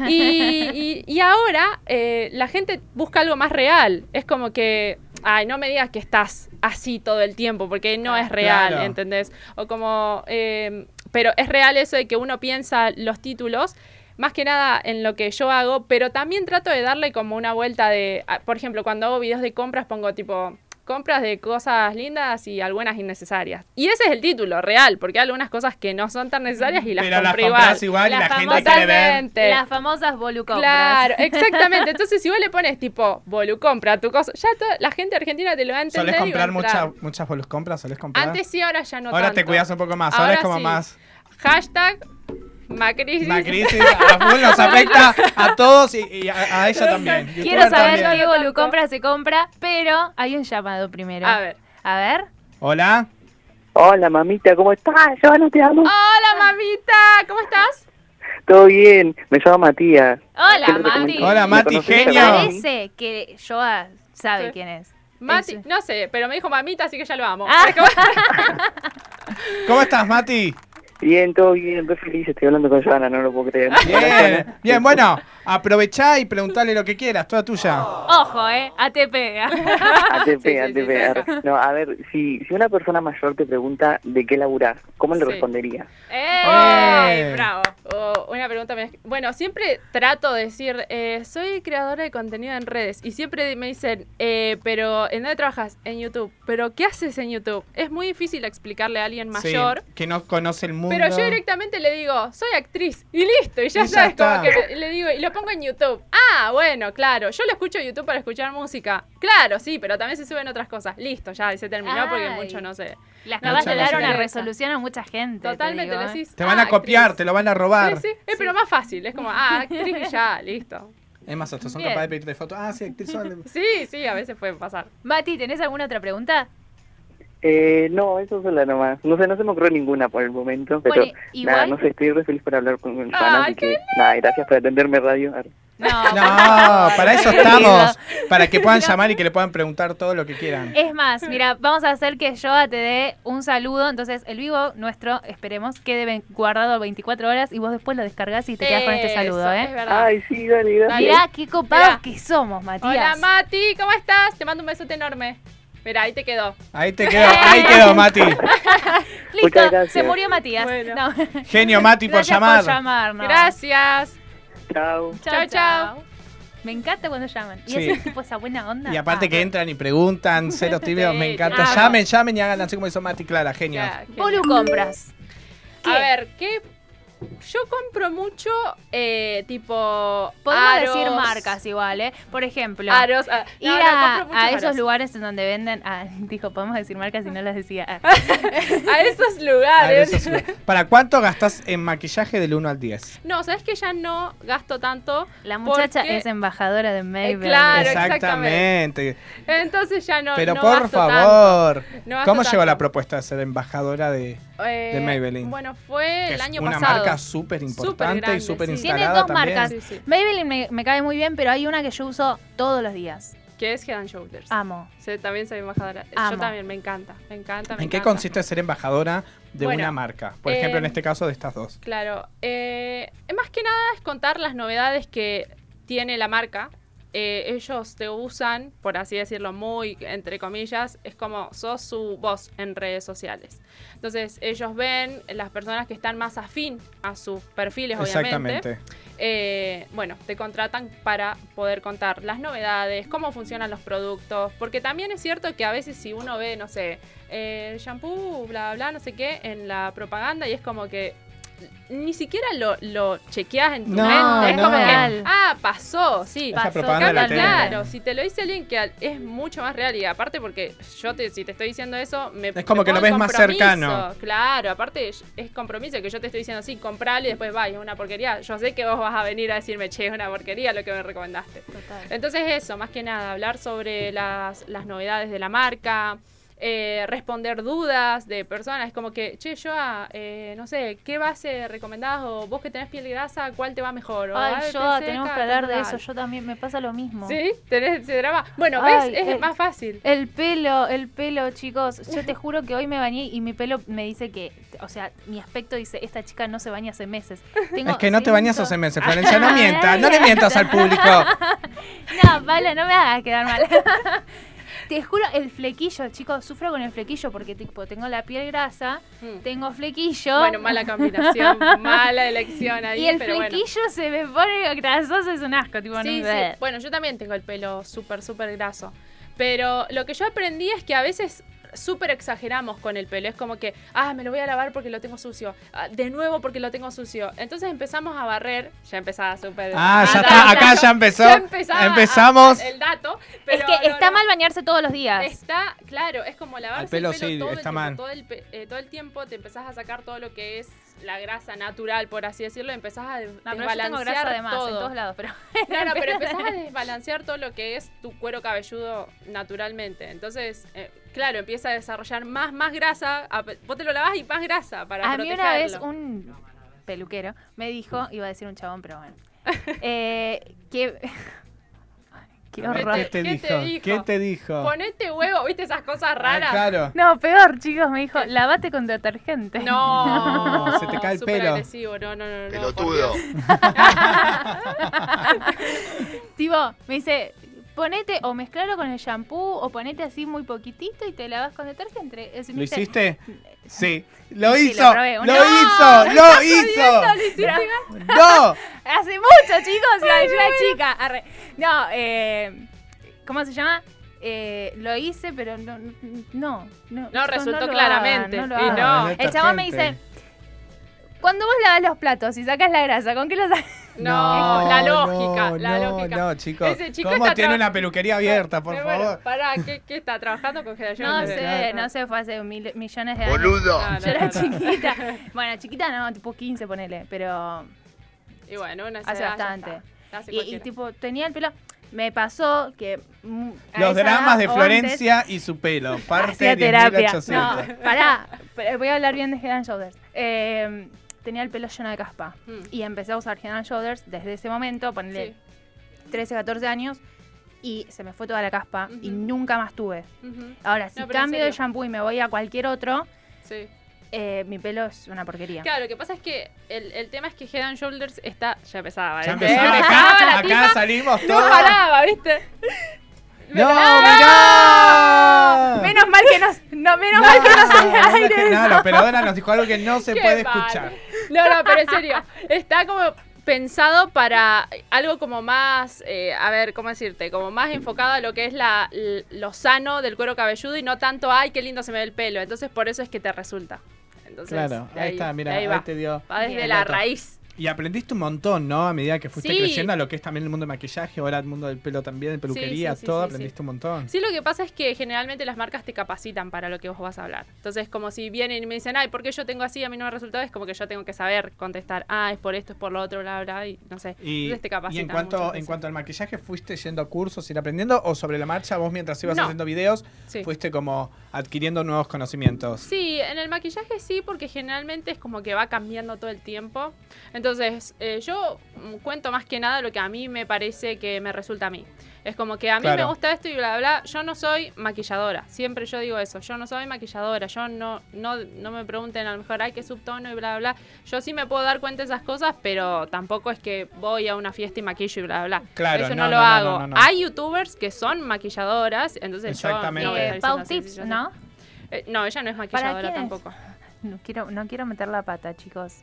C: Y, y- y ahora eh, la gente busca algo más real. Es como que, ay, no me digas que estás así todo el tiempo, porque no es real,
B: Claro.
C: ¿entendés? O como, eh, pero es real eso de que uno piensa los títulos. Más que nada en lo que yo hago, pero también trato de darle como una vuelta de, ah, por ejemplo, cuando hago videos de compras pongo tipo compras de cosas lindas y algunas innecesarias. Y ese es el título real, porque hay algunas cosas que no son tan necesarias y las
B: Pero las
C: compré
B: compras
C: igual.
B: igual y
A: Las
B: la gente
A: famosas
B: quiere ver.
C: Totalmente.
A: Las famosas volucompras.
C: Claro, exactamente. Entonces, si vos le pones tipo, Bolu, compra tu cosa, ya to- la gente argentina te lo va a
B: ¿Solés
C: entender. y va a
B: comprar
C: entrar.
B: muchas muchas bolus compras? ¿Solés comprar?
C: Antes sí, ahora ya no
B: Ahora
C: tanto.
B: te cuidas un poco más. Ahora,
C: Ahora
B: es como
C: sí.
B: más.
C: Hashtag Macri.
B: La crisis a full nos afecta a todos y, y a, a ella también.
A: Quiero
B: Youtuber
A: saber
B: también.
A: qué volucompra se compra, pero hay un llamado primero.
C: A ver.
A: A ver.
B: Hola.
E: Hola, mamita, ¿cómo estás? Yo no te amo.
C: Hola, mamita. ¿Cómo estás?
E: Todo bien, me llamo Matías.
A: Hola,
E: Siempre te
A: Mati.
E: comento.
B: Hola,
E: ¿Me
B: Mati,
E: conociste,
A: Me
B: genio.
E: verdad?
A: parece que Joa sabe
C: Sí.
A: quién es.
C: Mati,
A: Eso.
C: no sé, pero me dijo mamita, así que ya lo amo.
A: Ah.
B: ¿Cómo estás, Mati?
E: Bien, todo bien, re feliz, estoy hablando con Joana, no lo puedo creer.
B: Bien. Bien, bueno, aprovechá y preguntale lo que quieras, toda tuya.
C: Oh,
A: Ojo, eh, ATP.
E: ATP,
C: Sí, sí, sí,
E: ATP.
C: sí,
E: No, a ver, si, si una persona mayor te pregunta de qué laburás, ¿cómo le
C: Sí.
E: responderías?
C: ¡Ey!
B: Eh.
C: ¡Bravo! Oh, una pregunta. me- Bueno, siempre trato de decir, eh, soy creadora de contenido en redes y siempre me dicen, eh, pero ¿en dónde trabajas? En YouTube. ¿Pero qué haces en YouTube? Es muy difícil explicarle a alguien
B: Sí,
C: mayor.
B: que no conoce el mundo.
C: Pero yo directamente le digo, soy actriz y listo, y ya
B: Y ya
C: sabes,
B: está.
C: como que le digo, y lo pongo en YouTube. Ah, bueno, claro, yo lo escucho en YouTube para escuchar música. Claro, sí, pero también se suben otras cosas. Listo, ya, y se terminó porque
A: Ay.
C: mucho no sé.
A: Le
B: acabas
A: acabas
B: de
A: de dar
B: Muchas dar gracias.
A: una
B: una
A: resolución a mucha gente.
C: Totalmente,
A: ¿eh?
C: le decís,
B: Te van a
C: "Ah,
B: copiar,
C: actriz".
B: te lo van a robar.
C: Sí, sí, eh, pero más fácil. Es como, ah, actriz y ya, listo.
B: Es más, hasta son
A: Bien.
B: capaces de pedirte fotos. Ah, sí, actriz son-
C: Sí, sí, a veces puede pasar.
A: Mati, ¿tenés alguna otra pregunta?
E: Eh, no, eso sola nomás. No sé, no se me ocurrió ninguna por el momento, pero
A: Bueno, igual-
E: nada, no sé, estoy re feliz por hablar con Joana,
C: Ay,
E: así
C: qué
E: que nada, gracias por atenderme radio.
A: No.
B: No, para eso estamos. Para que puedan
A: No.
B: llamar y que le puedan preguntar todo lo que quieran.
A: Es más,
C: Hmm.
A: mira, vamos a hacer que Joa te dé un saludo. Entonces, el vivo nuestro, esperemos, quede ven- guardado 24 horas y vos después lo descargás y te quedás con este
C: Eso,
A: saludo,
C: Es
A: ¿eh?
C: verdad.
E: Ay, sí, dale, gracias.
A: Mirá, qué copados
C: Mirá.
A: que somos, Matías.
C: Hola, Mati, ¿cómo estás? Te mando un besote enorme. Mira, ahí te quedó.
B: Ahí te quedó, ahí quedó, Mati.
A: Listo,
E: Muchas gracias.
A: se murió Matías.
C: Bueno.
A: No.
B: Genio, Mati, por
A: Gracias
B: llamar.
A: por llamarnos.
C: Gracias.
E: Chao.
A: Chao,
C: Chau,
A: chao. Me encanta cuando llaman. Y
B: Sí.
A: ese tipo esa buena onda.
B: Y aparte
A: Ah,
B: que entran y preguntan, cero tibios, me
C: Sí,
B: encanta.
A: amo.
B: Llamen, llamen y hagan así como hizo Mati, Clara, genio.
C: Ya, genial.
A: Bolu compras. ¿Qué?
C: A ver, ¿qué? Yo compro mucho, eh, tipo.
A: Podemos
C: aros,
A: decir marcas igual, ¿eh? Por ejemplo,
C: Aros. ah, no,
A: ir
C: no,
A: a,
C: compro
A: a
C: muchos
A: esos
C: aros.
A: lugares en donde venden. Ah, dijo, podemos decir marcas y no las decía. Ah.
C: A esos
B: A ver,
C: lugares.
B: eso sí. ¿Para cuánto gastás en maquillaje del 1 al 10?
C: No, sabes que ya no gasto tanto.
A: La muchacha
C: Porque- eh,
A: es embajadora de Maybelline.
C: claro.
B: exactamente.
C: Entonces ya no.
B: Pero
C: no
B: por
C: gasto tanto.
B: favor,
C: No gasto
B: ¿cómo llegó
C: tanto.
B: la propuesta de ser embajadora de
C: Eh,
B: de Maybelline.
C: Bueno, fue
B: que es
C: el año
B: una
C: pasado.
B: marca súper importante
C: grande,
B: y súper
C: sí.
A: Tiene
B: instalada
A: dos
B: también?
A: marcas.
C: Sí, sí.
A: Maybelline me, me cae muy bien, pero hay una que yo uso todos los días.
C: Que es Head and Shoulders.
A: Amo.
C: Sí, también soy embajadora.
A: Amo.
C: Yo también, me encanta. Me encanta. me
B: ¿En qué
C: encanta.
B: consiste ser embajadora de
C: Bueno,
B: una marca? Por ejemplo, en
C: eh,
B: este caso de estas dos.
C: Claro. Eh, más que nada es contar las novedades que tiene la marca. Eh, ellos te usan, por así decirlo, muy entre comillas, es como sos su voz en redes sociales. Entonces ellos ven las personas que están más afín a sus perfiles, obviamente.
B: Exactamente.
C: eh, bueno, te contratan para poder contar las novedades, cómo funcionan los productos, porque también es cierto que a veces si uno ve, no sé, eh, shampoo, bla, bla, no sé qué, en la propaganda y es como que ni siquiera lo, lo chequeas en tu
B: No,
C: mente. Es
B: no.
C: como que,
A: Real.
C: ah, pasó, sí.
A: Pasó,
B: Esa propaganda de la
A: Cata,
B: tele.
C: Claro, si te lo dice alguien que al- es mucho más real y aparte porque yo te, si te estoy diciendo eso, me
B: Es como
C: me
B: que lo
C: pongo en
B: ves más
C: compromiso.
B: cercano.
C: Claro, aparte es- es compromiso que yo te estoy diciendo, sí, compralo y después va, y es una porquería. Yo sé que vos vas a venir a decirme, che, es una porquería lo que me recomendaste.
A: Total.
C: Entonces eso, más que nada, hablar sobre las, las novedades de la marca, eh, responder dudas de personas, como que, che, yo, no sé, ¿qué base recomendás o vos que tenés piel grasa, cuál te va mejor? O, "Ah,
A: Ay, yo,
C: pensé
A: tenemos
C: acá,
A: que hablar de
C: tal".
A: eso. Yo también, me pasa lo mismo.
C: ¿Sí? ¿Tenés ese drama? Bueno,
A: Ay,
C: ¿ves? Es
A: eh.
C: más fácil.
A: El pelo, el pelo, chicos. Yo te juro que hoy me bañé y mi pelo me dice que, o sea, mi aspecto dice, esta chica no se baña hace meses. Tengo
B: Es que no te bañas
A: cinco-
B: hace meses, Florencia. No
A: Ay,
B: mientas, no le
A: ay,
B: mientas al público.
A: No, Pablo, no me hagas quedar mal. Te juro, el flequillo, chicos, sufro con el flequillo porque tipo, tengo la piel grasa,
C: Mm.
A: tengo flequillo.
C: Bueno, mala combinación, mala elección ahí,
A: Y el
C: pero bueno.
A: flequillo se me pone grasoso, es un asco, tipo,
C: Sí,
A: no
C: sí.
A: sé.
C: Bueno, yo también tengo el pelo súper, súper graso. Pero lo que yo aprendí es que a veces súper exageramos con el pelo. Es como que, ah, me lo voy a lavar porque lo tengo sucio. Ah, de nuevo porque lo tengo sucio. Entonces empezamos a barrer. Ya empezaba súper.
B: Ah, ya
A: está,
C: yo-
B: acá ya empezó.
C: empezaba
B: Empezamos.
C: a- el dato.
A: Es
C: pero
A: que
C: no,
A: está
C: no.
A: mal bañarse todos los días.
C: Está, claro, es como lavarse
B: Al pelo
C: el pelo
B: sí,
C: todo, el
B: está
C: tiempo,
B: mal.
C: todo el pe- eh, todo el tiempo te empezás a sacar todo lo que es la grasa natural, por así decirlo, empezás a des-
A: No, pero yo tengo
C: desbalancear
A: grasa además, en
C: todo.
A: todos lados, pero.
C: Claro, pero empezás a desbalancear todo lo que es tu cuero cabelludo naturalmente. Entonces, eh, claro, empieza a desarrollar más, más grasa. A- vos te lo lavás y más grasa para
A: A mí
C: protegerlo.
A: una vez un peluquero me dijo, iba a decir un chabón, pero bueno. eh, que. Qué
C: ver,
A: horror.
B: ¿Qué
C: ¿Qué
B: te
C: te
B: dijo?
C: dijo?
B: ¿Qué te dijo?
C: Ponete huevo, ¿viste esas cosas
B: Ah,
C: raras?
B: Claro.
A: No, peor, chicos, me dijo, lavate con detergente.
C: No,
B: No, se te cae el pelo.
C: superagresivo, No, no, no, no. por
F: Pelotudo.
C: Dios.
A: Tipo, me dice, ponete o mezclalo con el shampoo o ponete así muy poquitito y te lavas con detergente. Es-
B: ¿Lo
A: me dice,
B: hiciste? Sí. Lo
A: Sí, lo
B: hizo.
A: probé.
B: Lo
A: No,
B: hizo. Lo hizo.
A: "Mira,
B: No.
A: Hace mucho, chicos, iba yo era chica. Arre. No, eh, ¿cómo se llama? Eh, lo hice, pero no. No, no, no,
C: No, resultó
A: lo
C: claramente.
A: hagan,
C: Y
A: lo
C: no.
A: hagan.
B: Ah,
A: El chabón me dice,
B: detergente.
A: cuando vos lavas los platos y sacas la grasa, ¿con qué lo sacas?
C: No, la lógica,
B: no,
C: la
B: no,
C: lógica.
B: No, chicos.
C: Ese chico
B: ¿Cómo
C: está
B: tiene
C: tra-
B: una peluquería abierta, por
C: Pero bueno,
B: favor?
C: Pará, ¿qué, qué está trabajando con generación?
A: No
B: sé,
A: sé, no sé, fue hace mil- millones de años.
F: Boludo.
C: No, no,
A: Yo era
C: no, no.
A: chiquita. Bueno, chiquita no, tipo 15, ponele, pero
C: Y bueno, una
A: hace
C: edad ya
A: bastante.
C: está, la hace
A: Y, y,
C: cualquiera.
A: tipo, tenía el pelo. Me pasó que. mm, a
B: Los
A: esa edad
B: dramas de
A: o antes,
B: Florencia y su pelo. Parte
A: Hacía
B: de
A: terapia.
B: 1800.
A: No, pará. pero Voy a hablar bien de Head and Shoulders. Eh, tenía el pelo lleno de caspa.
C: Mm.
A: Y empecé a usar Head and Shoulders desde ese momento, ponerle
C: Sí.
A: 13, 14 años. Y se me fue toda la caspa. Y
C: Ujú.
A: nunca más tuve.
C: Ujú,
A: Ahora, si
C: pero en
A: cambio de
C: serio.
A: shampoo y me voy a cualquier otro,
C: sí.
A: eh, mi pelo es una porquería.
C: Claro, lo que pasa es que el, el tema es que Head and Shoulders está. Ya empezaba, ¿eh?
B: Ya
C: ¿viste?
B: empezaba
C: Empezaba
B: acá.
C: la
B: Acá
C: tipa,
B: salimos
C: No
B: todos.
C: paraba, ¿viste?
B: No, mirá.
A: Menos mal que nos- no, menos
B: No,
A: mal que no sale
B: la
A: al
B: verdad
A: aire.
B: que no,
A: eso.
B: la operadora nos dijo algo que no se
C: Qué
B: puede
C: mal.
B: escuchar.
C: No, no, pero en serio. Está como pensado para algo como más, eh, a ver, ¿cómo decirte? Como más enfocado a lo que es la, l- lo sano del cuero cabelludo y no tanto, ay, qué lindo se me ve el pelo. Entonces, por eso es que te resulta. Entonces,
B: Claro,
C: de
B: ahí está, mira,
C: de
B: ahí,
C: va.
B: te dio.
C: Va desde
A: Bien.
C: la
B: Otro.
C: raíz.
B: Y aprendiste un montón, ¿no? A medida que fuiste
C: Sí.
B: creciendo a lo que es también el mundo del maquillaje, ahora el mundo del pelo también, de peluquería,
C: sí, sí,
B: todo,
C: sí,
B: aprendiste un montón.
C: Sí, lo que pasa es que generalmente las marcas te capacitan para lo que vos vas a hablar. Entonces, como si vienen y me dicen, ay, ¿por qué yo tengo así? A mí no me resultó. Es como que yo tengo que saber contestar, ah, es por esto, es por lo otro, bla, bla, y no sé.
B: Y,
C: Entonces te
B: y
C: capacitan.
B: en cuanto
C: muchas
B: en
C: veces.
B: cuanto al maquillaje, ¿fuiste yendo a cursos, ir aprendiendo o sobre la marcha vos mientras ibas
C: No.
B: haciendo videos
C: Sí.
B: fuiste como adquiriendo nuevos conocimientos?
C: Sí, en el maquillaje sí, porque generalmente es como que va cambiando todo el tiempo. Entonces, eh, yo mm, cuento más que nada lo que a mí me parece que me resulta a mí. Es como que a mí
B: Claro.
C: me gusta esto y bla, bla, bla. Yo no soy maquilladora. Siempre yo digo eso. Yo no soy maquilladora. Yo no, no, no me pregunten a lo mejor, ay, qué subtono y bla, bla, bla. Yo sí me puedo dar cuenta de esas cosas, pero tampoco es que voy a una fiesta y maquillo y bla, bla, bla.
B: Claro,
C: eso
B: no,
C: no,
B: no,
C: lo
B: no,
C: hago.
B: no, no.
C: Hay youtubers que son maquilladoras, entonces yo...
B: Exactamente.
C: no voy a
A: Eh,
C: estar
A: Pau
C: diciendo así,
A: Tips,
C: sí, sí.
A: ¿no?
C: Eh, no, ella no es maquilladora
A: quién es?
C: tampoco.
A: No quiero, no quiero meter la pata, chicos.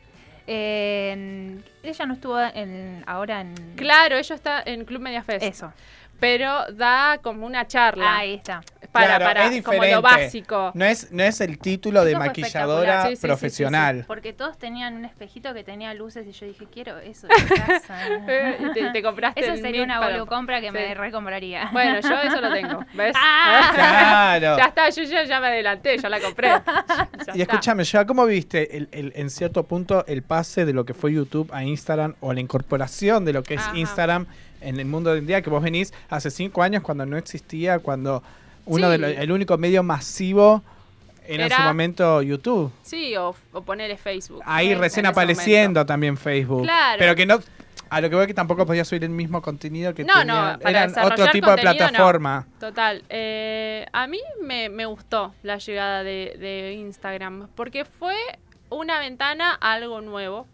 A: Eh, ella no estuvo en, ahora en...
C: Claro, ella está en Club Mediafest.
A: Eso.
C: pero da como una charla
A: Ahí está.
C: para,
B: Claro,
C: para
B: es
C: como lo
B: diferente.
C: básico.
B: No es, no es el título de
A: Eso fue
B: maquilladora
A: espectacular.
C: Sí, sí, sí, sí,
B: profesional.
A: Porque todos tenían un espejito que tenía luces y yo dije, quiero eso en
C: Eh,
A: casa.
C: te, te compraste
A: Eso
C: el
A: sería
C: mic
A: una
C: para-
A: bolucompra compra que me
C: sí.
A: recompraría.
C: Bueno, yo eso lo tengo, ¿ves?
A: Ah.
B: Claro.
C: Ya está, yo ya, ya me adelanté, ya la compré. Ya
B: Y
C: está.
B: escúchame, Joa, ¿cómo viste el- el- en cierto punto el pase de lo que fue YouTube a Instagram o la incorporación de lo que es
C: Ajá.
B: Instagram en el mundo del día que vos venís hace cinco años cuando no existía, cuando uno
C: Sí.
B: de lo- el único medio masivo era, en su
C: Era-
B: momento YouTube?
C: Sí, o, o ponerle Facebook.
B: Ahí
C: En
B: recién
C: ese
B: apareciendo también Facebook.
C: Claro.
B: Pero que no. A lo que veo que tampoco podía subir el mismo contenido que
C: No,
B: tenía.
C: no, para
B: Eran otro
C: desarrollar
B: tipo de
C: contenido, no.
B: plataforma.
C: momento. Total. eh, a mí me, me gustó la llegada de, de Instagram porque fue una ventana a algo nuevo.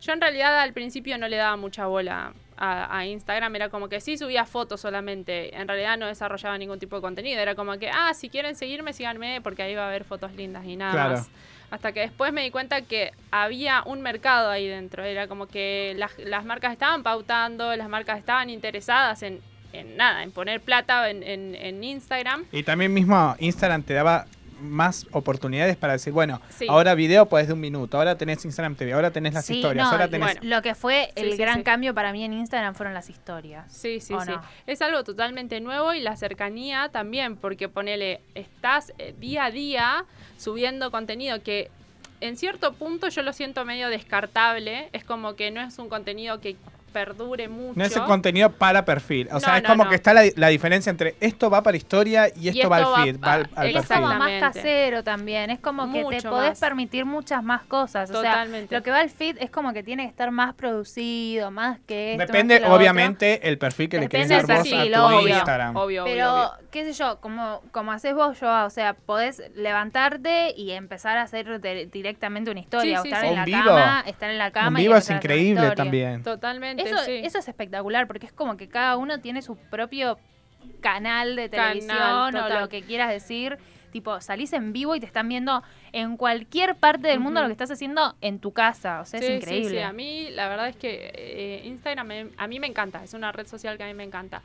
C: Yo en realidad al principio no le daba mucha bola a, a Instagram, era como que sí subía fotos solamente, en realidad no desarrollaba ningún tipo de contenido, era como que, ah, si quieren seguirme, síganme porque ahí va a haber fotos lindas y nada
B: Claro.
C: más. Hasta que después me di cuenta que había un mercado ahí dentro, era como que las, las marcas estaban pautando, las marcas estaban interesadas en, en nada, en poner plata en, en- en Instagram.
B: Y también mismo Instagram te daba más oportunidades para decir, bueno,
C: Sí.
B: ahora video podés de un minuto, ahora tenés Instagram TV, ahora tenés las
A: Sí,
B: historias,
A: no,
B: ahora tenés...
C: bueno.
A: Lo que fue el
C: sí,
A: gran
C: sí.
A: cambio para mí en Instagram fueron las historias.
C: Sí, sí,
A: ¿O
C: sí.
A: no?
C: Es algo totalmente nuevo y la cercanía también, porque ponele, estás eh, día a día subiendo contenido que en cierto punto yo lo siento medio descartable, es como que no es un contenido que perdure mucho.
B: No es el contenido para perfil. O sea,
C: No,
B: es
C: no,
B: como
C: no.
B: que está la, la diferencia entre esto va para historia y esto, va
C: esto
B: al feed,
C: va-
B: va al,
A: Y
B: al
A: es
B: perfil.
A: como más
C: Exactamente.
A: casero también, es como que te
C: Mucho
A: podés
C: más.
A: permitir muchas más cosas. O sea,
C: Totalmente.
A: lo que va al feed es como que tiene que estar más producido, más que esto, más
B: Depende,
A: que lo otro.
B: obviamente, el perfil que le
A: Depende
B: querés dar
A: del
B: vos
A: perfil,
B: a tu
A: obvio,
B: Instagram.
C: Obvio, obvio,
A: Pero,
C: obvio.
A: qué sé yo, como, como haces vos, Joa, o sea, podés levantarte y empezar a hacer de- directamente una historia,
C: Sí,
A: o
C: sí,
A: estar
C: sí.
A: en
B: Un
A: la
B: vivo.
A: cama, estar en la cama.
B: Un
A: y
B: vivo es
A: empezar a hacer una
B: increíble
A: historia.
B: también.
C: Totalmente,
A: Eso,
C: sí.
A: eso es espectacular, porque es como que cada uno tiene su propio canal de
C: Canal,
A: televisión o
C: total.
A: lo que quieras decir. Tipo, salís en vivo y te están viendo en cualquier parte del mundo
C: Ujú.
A: lo que estás haciendo en tu casa. O sea,
C: Sí,
A: es
C: sí,
A: increíble.
C: Sí, A mí, la verdad es que eh, Instagram me- a mí me encanta. Es una red social que a mí me encanta.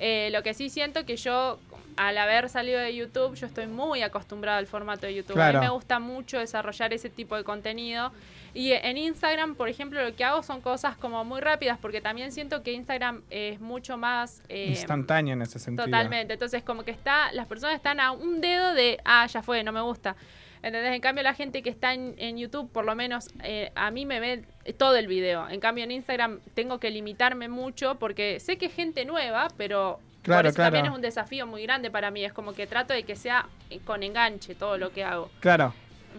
C: Eh, lo que sí siento que yo, al haber salido de YouTube, yo estoy muy acostumbrada al formato de YouTube. A
B: Claro.
C: mí me gusta mucho desarrollar ese tipo de contenido. Y en Instagram, por ejemplo, lo que hago son cosas como muy rápidas, porque también siento que Instagram es mucho más... eh,
B: Instantáneo en ese sentido.
C: Totalmente. Entonces, como que está, las personas están a un dedo de, ah, ya fue, no me gusta. ¿Entendés? En cambio, la gente que está en, en YouTube, por lo menos, eh, a mí me ve todo el video. En cambio, en Instagram tengo que limitarme mucho porque sé que es gente nueva, pero
B: Claro,
C: por eso
B: claro.
C: también es un desafío muy grande para mí. Es como que trato de que sea eh, con enganche todo lo que hago.
B: Claro.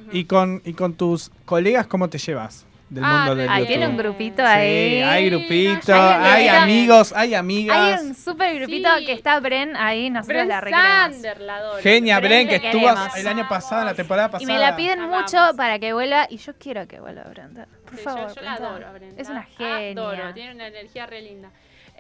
C: Ujú.
B: Y con, y con tus colegas, ¿cómo te llevas del
C: Ah,
B: mundo del
C: ahí
A: Ahí
B: YouTube?
A: tiene un grupito
C: Sí,
A: ahí.
B: Sí, hay grupito, hay,
A: Hay un grupito.
B: amigos, hay amigas.
A: Hay un super grupito
C: Sí.
A: que está Bren ahí, nosotros
C: Bren
A: la recreamos.
C: Sander, la adoro.
B: Genia
A: Bren,
B: Bren, que
A: te
B: estuvo
A: queremos.
B: el año pasado, en la temporada
A: Y
B: pasada.
A: me la piden
C: Amamos.
A: mucho para que vuelva y yo quiero que vuelva Brenda. Por
C: Sí, yo-
A: favor.
C: yo, la
A: Brenda.
C: adoro, a Brenda.
A: Es una
C: Adoro,
A: genia.
C: tiene una energía re linda.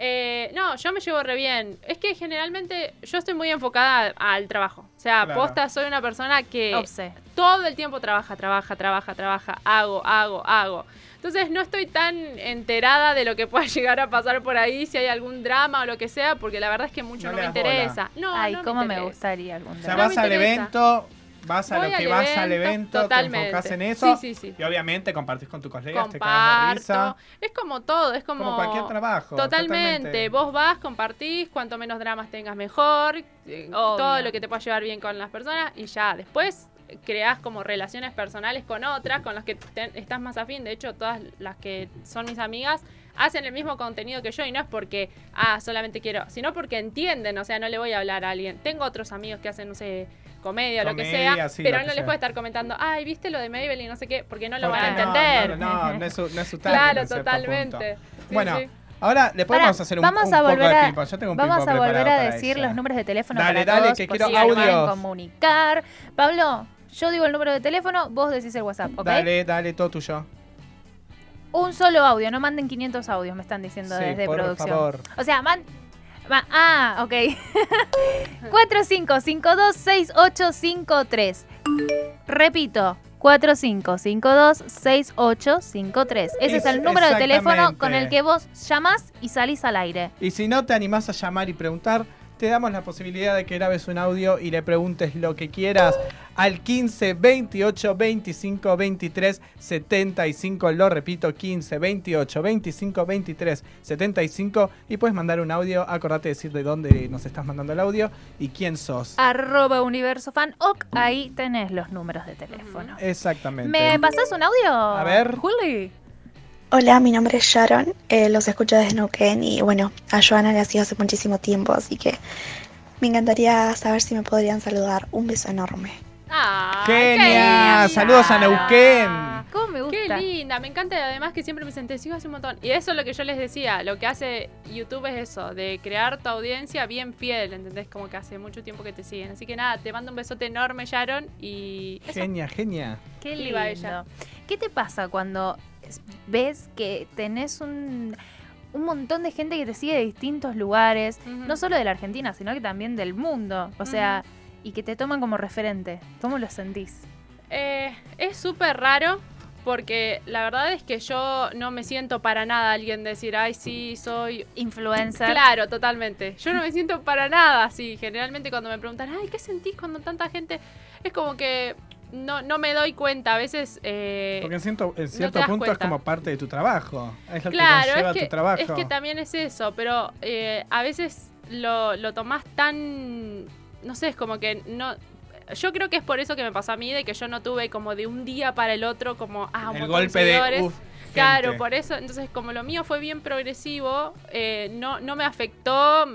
C: Eh, no, yo me llevo re bien. Es que generalmente yo estoy muy enfocada al trabajo. O sea,
B: Claro.
C: posta, soy una persona que
A: Obse.
C: todo el tiempo trabaja, trabaja, trabaja, trabaja, hago, hago, hago. Entonces no estoy tan enterada de lo que pueda llegar a pasar por ahí, si hay algún drama o lo que sea, porque la verdad es que mucho
B: No
C: no,
B: le
C: me
B: das bola.
C: interesa. No,
A: Ay,
C: no
A: cómo me
C: interesa.
A: gustaría algún
B: O
A: día.
B: sea,
C: No
B: vas
C: me
B: al
C: interesa.
B: evento, vas a
C: Voy
B: lo que
C: al
B: vas al
C: evento,
B: evento,
C: totalmente.
B: te enfocas en eso.
C: Sí, sí, sí.
B: Y obviamente compartís con tus colegas, te cagas de
C: Comparto.
B: risa.
C: Es como todo, es como.
B: Como cualquier trabajo.
C: Totalmente. Vos vas, compartís, cuanto menos dramas tengas mejor, eh,
A: Obvio.
C: todo lo que te pueda llevar bien con las personas y ya después eh, creás como relaciones personales con otras, con las que te- estás más afín. De hecho, todas las que son mis amigas hacen el mismo contenido que yo y no es porque, ah, solamente quiero, sino porque entienden, o sea, no le voy a hablar a alguien. Tengo otros amigos que hacen, no sé, comedia, o lo que
B: Comedia,
C: sea,
B: sí,
C: pero
B: lo que
C: no les
B: sea.
C: puedo estar comentando, ay, viste lo de Maybelline, no sé qué, porque no lo
B: Porque
C: van a
B: no,
C: entender.
B: No, no, no, no es su, no es su target
C: Claro,
B: en cierto
C: totalmente.
B: punto.
C: Sí,
B: bueno,
C: sí.
B: ahora le podemos
A: Pará,
B: hacer un,
A: vamos
B: un
A: a
B: poco
A: volver
B: de
A: a-
B: ping-pong. Yo tengo un
A: Vamos
B: ping-pong
A: a volver
B: preparado
A: a
B: para
A: decir
B: ella.
A: los números de teléfono
B: Dale,
A: para
B: dale,
A: todos,
B: que
A: por
B: quiero
A: si se pueden
B: audios.
A: comunicar. Pablo, yo digo el número de teléfono, vos decís el WhatsApp, ¿ok?
B: Dale, dale, todo tuyo.
A: Un solo audio, no manden 500 audios, me están diciendo
B: Sí,
A: desde
B: por
A: producción.
B: favor.
A: O sea, man... ma- ah, ok. 45526853. Repito, 4552-6853. Ese es el número de teléfono con el
B: Exactamente.
A: que vos llamás y salís al aire.
B: Y si no te animás a llamar y preguntar, te damos la posibilidad de que grabes un audio y le preguntes lo que quieras al 15 28 25 23 75. Lo repito, 15 28 25 23 75. Y puedes mandar un audio. Acordate de decir de dónde nos estás mandando el audio y quién sos.
C: Ah,
A: Arroba Universo Fan Oc, ahí tenés los números de teléfono.
B: Exactamente.
A: ¿Me pasás un audio?
B: A ver.
A: Juli.
F: Hola, mi nombre es Sharon, eh, los escucho desde Neuquén y bueno, a Joana la sigo hace muchísimo tiempo, así que me encantaría saber si me podrían saludar. Un beso enorme.
C: Ah,
B: Genia, saludos a Neuquén.
A: ¿Cómo me
C: Qué
A: gusta?
C: linda, me encanta además que siempre me senté, sigo hace un montón. Y eso es lo que yo les decía, lo que hace YouTube es eso, de crear tu audiencia bien fiel, ¿entendés? Como que hace mucho tiempo que te siguen. Así que nada, te mando un besote enorme, Sharon, y... eso.
B: Genia, genia.
A: Qué
C: Y
A: lindo.
C: va ella.
A: ¿Qué te pasa cuando es- ves que tenés un, un montón de gente que te sigue de distintos lugares,
C: Ujú.
A: no solo de la Argentina, sino que también del mundo? O sea, y que te toman como referente. ¿Cómo lo sentís?
C: Eh, es súper raro porque la verdad es que yo no me siento para nada alguien decir, ay, sí, soy...
A: Influencer.
C: Claro, totalmente. Yo no me siento para nada así. Generalmente cuando me preguntan, ay, ¿qué sentís cuando tanta gente...? Es como que no, no me doy cuenta. A veces... eh,
B: Porque en cierto, en
C: te
B: cierto
C: das
B: punto
C: cuenta.
B: es como parte de tu trabajo. Es lo que
C: Claro,
B: conlleva
C: es que,
B: tu trabajo.
C: es que también es eso, pero eh, a veces lo, lo tomás tan, no sé, es como que no... Yo creo que es por eso que me pasó a mí, de que yo no tuve como de un día para el otro como, ah, un
B: el
C: montón
B: golpe
C: seguidores.
B: de. uf,
C: Claro,
B: gente.
C: por eso, entonces como lo mío fue bien progresivo, eh, no, no me afectó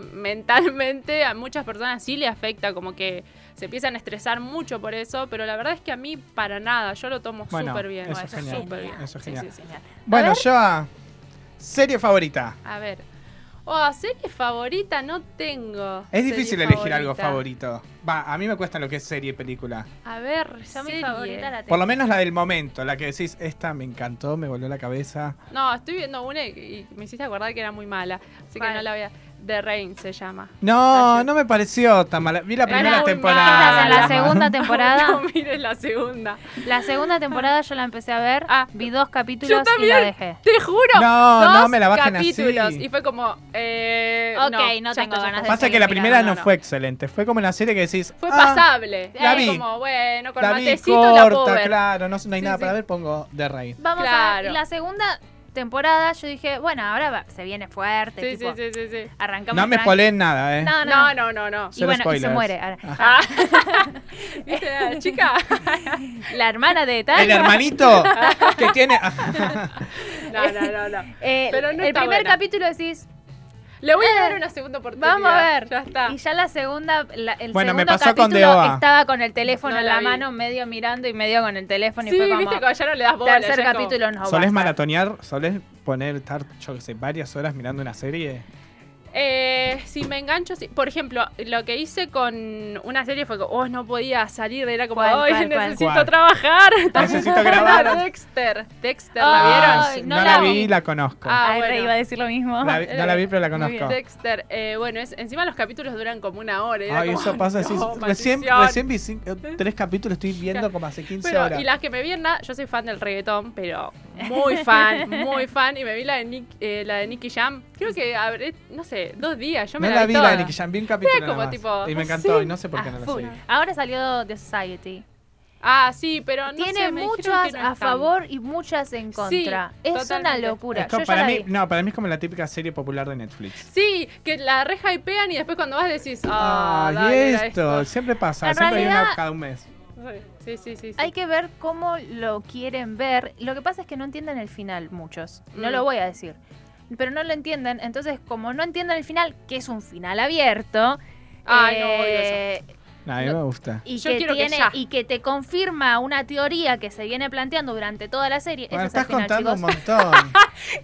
C: mentalmente, a muchas personas sí le afecta, como que se empiezan a estresar mucho por eso, pero la verdad es que a mí para nada, yo lo tomo
B: Bueno,
C: súper bien,
B: eso es genial,
C: súper bien.
B: eso es
C: Sí,
B: genial.
C: sí, sí.
B: Bueno, Joa, serie favorita.
C: A ver. Oh, serie favorita no tengo.
B: Es
C: serie
B: difícil elegir algo favorito. Va, a mí me cuesta lo que es serie y película.
C: A ver,
A: Yo mi
C: serie.
A: favorita la
B: Por
A: tengo.
B: lo menos la del momento, la que decís, esta me encantó, me volvió la cabeza.
C: No, estoy viendo una y y me hiciste acordar que era muy mala, así que
A: ¿Cuál?
C: no la voy a The Rain se llama.
B: No,
C: Gracias.
B: no me pareció tan mala. Vi la
C: Era
B: primera
C: muy
B: temporada.
A: Estás
C: mala.
A: en la
B: nada más.
A: segunda temporada.
C: No mires la segunda.
A: La segunda temporada yo la empecé a ver,
C: Ah.
A: vi dos capítulos y la
C: también.
A: dejé.
C: Te juro.
B: No,
C: dos
B: no me la bajen así.
C: capítulos y fue como eh
A: Ok, no
C: no, ya
A: tengo
C: está, ya
A: ganas
C: está.
A: de
B: Pasa que la primera
C: mirando,
B: no,
C: no.
B: fue excelente. Fue como la serie que decís.
C: Fue
B: "Ah,
C: pasable.
B: la
C: Eh,
B: vi.
C: como bueno, con
B: La vi
C: matecito la puedo
B: corta,
C: ver.
B: claro. No, no hay
C: Sí,
B: nada para
C: sí.
B: ver, pongo The Rain.
A: Vamos a ver,
C: Claro.
A: y la segunda temporada yo dije, bueno, ahora va- se viene fuerte,
C: Sí, sí,
A: Este tipo,
C: sí, sí, sí.
A: arrancamos
B: No me
A: tranqui.
B: spoileen nada, ¿eh?
A: No, no, no.
C: No, no, no, no.
A: Y
B: Cero
A: bueno, y se
B: spoilers.
A: muere. Ahora,
C: Ah. ¿Viste, la chica?
A: ah, La hermana de tal.
B: El hermanito que tiene.
C: No, no, no, no.
A: Eh,
C: Pero no
A: el
C: está
A: primer
C: buena.
A: capítulo decís,
C: Le voy a dar una segunda oportunidad.
A: Eh, vamos a ver.
C: Ya está.
A: Y ya la segunda, la- el
B: Bueno, me
A: segundo
B: pasó con
A: capítulo
B: DOA.
A: estaba con el teléfono
C: No
A: en
C: la
A: la
C: vi.
A: mano, medio mirando y medio con el teléfono.
C: Sí,
A: y fue como,
C: viste, cuando ya no le das bola.
A: tercer
C: ya es como-
A: capítulo no
B: ¿Solés
A: basta.
B: maratonear? ¿Solés poner, estar, yo qué sé, varias horas mirando una serie?
C: Eh, si me engancho, sí. por ejemplo, lo que hice con una serie fue que oh, no podía salir, era como,
A: ¿Cuál,
C: ay,
A: cuál, cuál?
C: necesito
B: ¿Cuál?
C: trabajar.
B: Necesito grabar.
C: Dexter. Dexter,
A: Ah,
C: ¿la
A: sí.
C: vieron?
A: no
B: No,
A: la
B: la
A: vi.
B: vi, la conozco.
C: Ah,
A: Ay, re,
C: bueno.
A: iba a decir lo mismo.
B: La vi- no la vi, pero la
A: Muy bien.
B: conozco.
C: Dexter, eh, bueno, es, encima los capítulos duran como una hora. era
B: Ay,
C: como,
B: eso pasa.
C: no,
B: sí, recién,
C: maldición.
B: recién vi cin- eh, tres capítulos, estoy viendo como hace 15
C: Pero,
B: horas.
C: y las que me vi en la, yo soy fan del reggaetón, pero muy fan, muy fan. Y me vi la de, Nick, eh, la de Nicky Jam. Creo que habré, no sé, dos días. Yo
B: no
C: me
B: la vi, la
C: toda.
B: de Nicky Jam, vi un capítulo
C: Era como
B: nada más.
C: tipo,
B: y me
C: no
B: encantó,
C: sé.
B: y no sé por qué
A: A
B: no la
A: Ah, full.
B: seguí.
A: Ahora salió The Society.
C: Ah, sí, pero no
A: Tiene
C: sé, me dijeron
A: muchas
C: que no
A: a
C: están.
A: favor y muchas en contra. es
C: totalmente.
A: una locura.
B: Es como-
A: Yo ya
B: para
A: la
B: mí,
A: vi.
B: no, para mí es como la típica serie popular de Netflix.
C: Sí, que la re hypean y después cuando vas decís, ah,
B: Ay,
C: dale, era
B: esto, siempre pasa,
A: En
B: siempre hay
A: realidad-
B: una cada un mes.
C: Sí, sí, sí. sí.
A: Hay que ver cómo lo quieren ver. Lo que pasa es que no entienden el final muchos. No
C: Mm.
A: lo voy a decir. Pero no lo entienden. Entonces, como no entienden el final, que es un final abierto. eh,
C: Ay,
G: eh,
C: no, odio
B: No, a mí me gusta.
A: y,
C: Yo
A: que
C: quiero que
A: tiene,
C: ya.
A: y que te confirma una teoría que se viene planteando durante toda la serie.
B: Bueno,
A: Ese es
B: estás
A: el final,
B: contando
A: chicos.
B: un montón.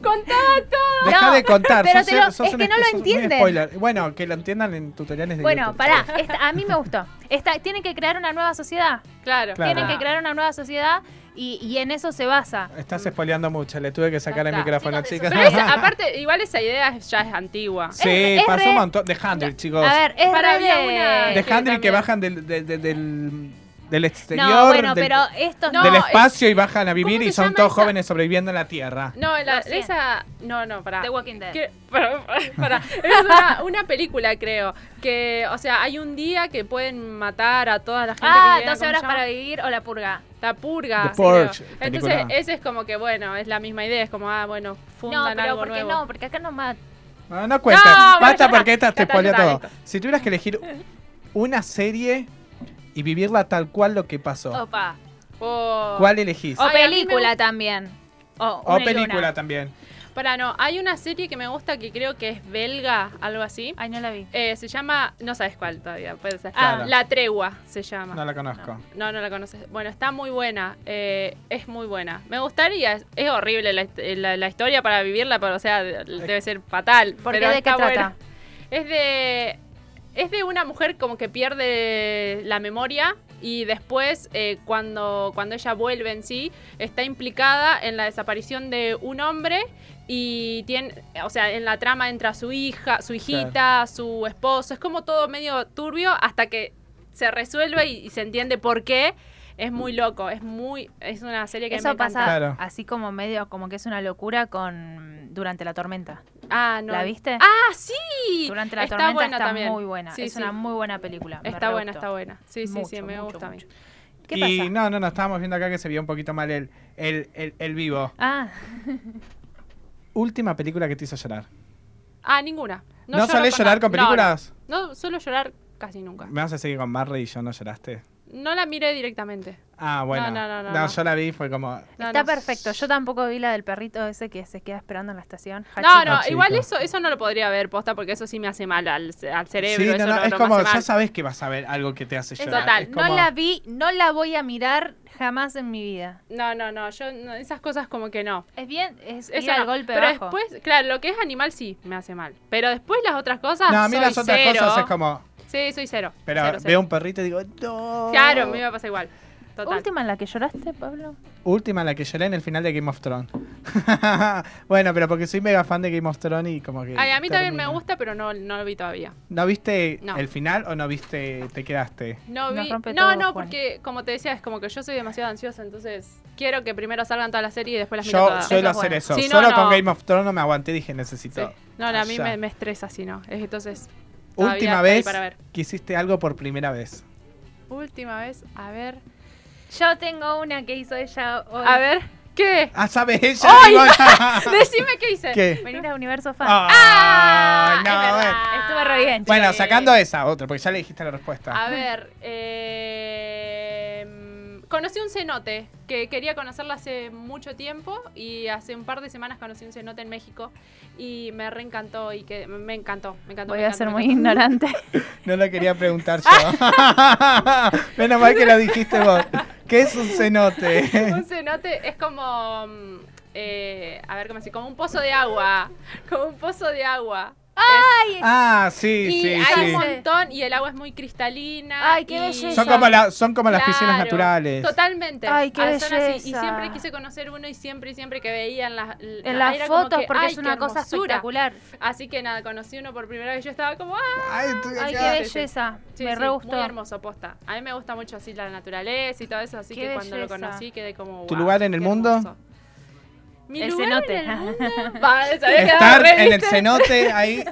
C: Contá-
B: Deja
A: No,
B: de contar.
A: pero
B: sos-
A: te digo,
B: sos
A: es
B: un
A: que no lo
B: spo- sos un
A: entienden.
B: spoiler. Bueno, que lo entiendan en tutoriales de
A: Bueno,
B: YouTube.
A: pará. esta- a mí me gustó. Esta, tienen que crear una nueva sociedad.
C: Claro.
B: Claro.
A: Tienen que crear una nueva sociedad y, y en eso se basa.
B: Estás spoileando mucho, le tuve que sacar el
C: Ya está.
B: micrófono, chicas.
C: Pero esa- aparte, igual esa idea es- ya es antigua.
B: sí,
A: es- es
B: pasó
A: re-
B: un montón. De Handel, chicos.
A: A ver, es
C: Para
A: re
C: había
A: de-
C: una-
B: de
C: que
B: Handel que
C: también-
B: bajan del, del- del- del- del exterior,
A: No, bueno,
B: del,
A: pero eh, esto
C: No,
B: del
C: es-
B: espacio y bajan a vivir
C: ¿cómo
B: y
C: se
B: son
C: llama
B: todos
C: esa?
B: jóvenes sobreviviendo en la Tierra.
C: No, la,
A: Lo siento.
C: esa. No, no, pará.
G: The Walking Dead.
C: Que- pará, pará, pará. Es una, una película, creo. Que, o sea, hay un día que pueden matar a toda la gente.
G: Ah,
C: que queda,
G: 12
C: ¿cómo
G: horas
C: se llama?
G: para vivir o la purga.
C: La purga.
B: The Purge,
C: creo.
B: película.
C: Entonces, ese es como que, bueno, es la misma idea. Es como, ah, bueno,
G: No,
C: fundan
G: pero
C: algo
G: ¿por qué
C: nuevo.
G: no? Porque acá no mata.
B: No, no cuenta.
C: No, bueno, ya
B: Basta
C: está,
B: porque esta
C: ya
B: te
C: está,
B: spoilea
C: ya está,
B: todo. Si tuvieras que elegir una serie y vivirla tal cual lo que pasó,
G: Opa.
C: O-
B: ¿cuál elegís?
G: O
C: Ay, a mí me
G: película también. O,
B: O
G: una y
B: película
G: una.
B: también.
C: Pará, no. Hay una serie que me gusta que creo que es belga, algo así.
G: Ay, no la vi.
C: Eh, se llama. No sabes cuál todavía. Puede ser.
B: Claro.
C: Ah, La Tregua se llama.
B: No la conozco.
C: No, no la conoces. Bueno, está muy buena. eh, es muy buena. Me gustaría. Es, es horrible la, hist- la- la historia para vivirla, pero, o sea, de- debe ser fatal.
A: ¿Por qué?
C: pero
A: ¿De qué
C: está
A: trata?
C: buena. Es de. Es de una mujer como que pierde la memoria y después, eh, cuando, cuando ella vuelve en sí, está implicada en la desaparición de un hombre y tiene, o sea, en la trama entra su hija, su hijita, su esposo, es como todo medio turbio hasta que se resuelve y, y se entiende por qué. Es muy loco, es muy, es una serie que me
G: Eso
C: encanta.
G: pasa
B: Claro.
G: así como medio, como que es una locura con durante la tormenta.
C: Ah, no.
G: ¿La viste?
C: Ah, sí.
G: durante la
C: está
G: tormenta
C: buena
G: está
C: también.
G: muy buena.
C: Sí,
G: es
C: sí.
G: una muy buena película. me
C: Está
G: re
C: buena,
G: gustó.
C: está buena. Sí, sí, sí,
G: Mucho,
C: me
G: mucho,
C: gusta a mí.
G: mucho. ¿Qué
B: y
G: pasa?
B: no, no, no, estábamos viendo acá que se vio un poquito mal el, el, el, el vivo.
G: Ah,
B: Última película que te hizo llorar.
C: Ah, ninguna.
B: ¿No,
C: lloro
B: solés
C: con
B: llorar
C: nada.
B: con
C: No, no.
B: películas?
C: No, suelo llorar casi nunca.
B: Me vas a seguir con Marley y yo no lloraste.
C: No la miré directamente.
B: Ah, bueno.
C: no, no, no, no.
B: yo la vi, fue como.
C: No,
G: está
C: no.
G: perfecto. Yo tampoco vi la del perrito ese que se queda esperando en la estación.
C: No, no,
B: Hachiko.
C: igual eso, eso no lo podría ver, posta, porque eso sí me hace mal al, al cerebro.
B: sí,
C: eso
B: no, no,
C: no-
B: es
C: no me
B: como,
C: hace
B: ya
C: mal.
B: sabes que vas a ver algo que te hace llorar.
C: total,
B: Es
G: No
B: como-
G: la vi, no la voy a mirar jamás en mi vida.
C: No, no, no, yo no, esas cosas como que no.
G: Es bien, es
C: Eso
G: ir al
C: no.
G: golpe
C: Pero
G: bajo.
C: después, claro, lo que es animal sí me hace mal. Pero después las otras cosas.
B: No, a mí
C: soy
B: las otras
C: cero.
B: cosas es como.
C: Sí, soy cero.
B: Pero
C: Cero,
B: veo
C: cero.
B: un perrito y digo, no.
C: Claro, me iba a pasar igual. Total.
A: Última en la que lloraste, Pablo.
B: Última en la que lloré en el final de Game of Thrones. bueno, pero porque soy mega fan de Game of Thrones y como que.
C: Ay, a mí también me
B: termina.
C: gusta, pero no, no lo vi todavía.
B: ¿No viste
C: No.
B: el final o no viste Te quedaste?
C: No
A: Nos
C: vi.
A: rompe
C: no,
A: todo, Juani.
C: no, porque como te decía, es como que yo soy demasiado ansiosa, entonces quiero que primero salgan todas las series y después las miro
B: Yo
C: todas.
G: Eso
B: suelo
G: es
B: hacer
G: bueno.
B: eso.
C: Sí, no,
B: Solo
C: no.
B: con Game of Thrones no me aguanté, dije
C: Sí.
B: necesito.
C: No, no, a mí
B: allá.
C: me, me estresa si no. Es- Entonces, todavía está
B: Última
C: ahí
B: vez
C: para ver.
B: que hiciste algo por primera vez.
C: última vez, a ver.
G: Yo tengo una que hizo ella hoy.
C: A ver, ¿qué?
B: Ah, ¿sabes ella?
C: ¡Ay!
B: digo,
C: Decime qué hice.
B: Ah. ¿Qué?
A: Venir a Universo Fan.
B: Ah,
C: es
B: no,
C: verdad.
B: bueno.
G: Estuve re bien.
B: Bueno,
C: Sí. Ah.
B: sacando esa otra, porque ya le dijiste la respuesta.
C: A ver, eh, conocí un cenote que quería conocerlo hace mucho tiempo y hace un par de semanas conocí un cenote en México y me reencantó y que me encantó, me encantó.
A: Voy
C: me
A: a
C: encantó,
A: ser
C: me
A: muy
C: encantó.
A: ignorante.
B: No lo quería preguntar yo. Menos mal que lo dijiste vos. ¿Qué es un cenote?
C: Un cenote es como, mm, eh, a ver cómo decir, como un pozo de agua, como un pozo de agua.
B: Ah, sí,
C: y
B: sí,
C: hay
B: sí.
C: un montón y el agua es muy cristalina.
G: Ay, qué
C: y-
G: belleza.
B: Son como, la- son como las piscinas
C: Claro,
B: naturales.
C: Totalmente.
A: Ay, qué
C: Ah, son así. Y
A: belleza.
C: siempre quise conocer uno y siempre y siempre que veían las
G: En las fotos, porque es una cosa espectacular.
C: Así que nada, conocí uno por primera vez. Yo estaba como, ah,
B: Ay, tú-
G: Ay,
B: ya.
G: qué belleza.
C: Sí,
G: Me
C: sí,
G: re
C: Muy
G: gustó.
C: hermoso, posta. A mí me gusta mucho así la naturaleza y todo eso, así
G: Qué
C: que cuando lo
G: belleza.
C: conocí quedé como.
B: ¿Tu
C: "Guau,
B: lugar en
C: qué
B: el mundo?
C: hermoso". Mi
G: El
C: lugar
G: cenote.
C: en el mundo. Va, se había quedado
B: Estar
C: re,
B: en el
C: ¿viste?
B: cenote ahí.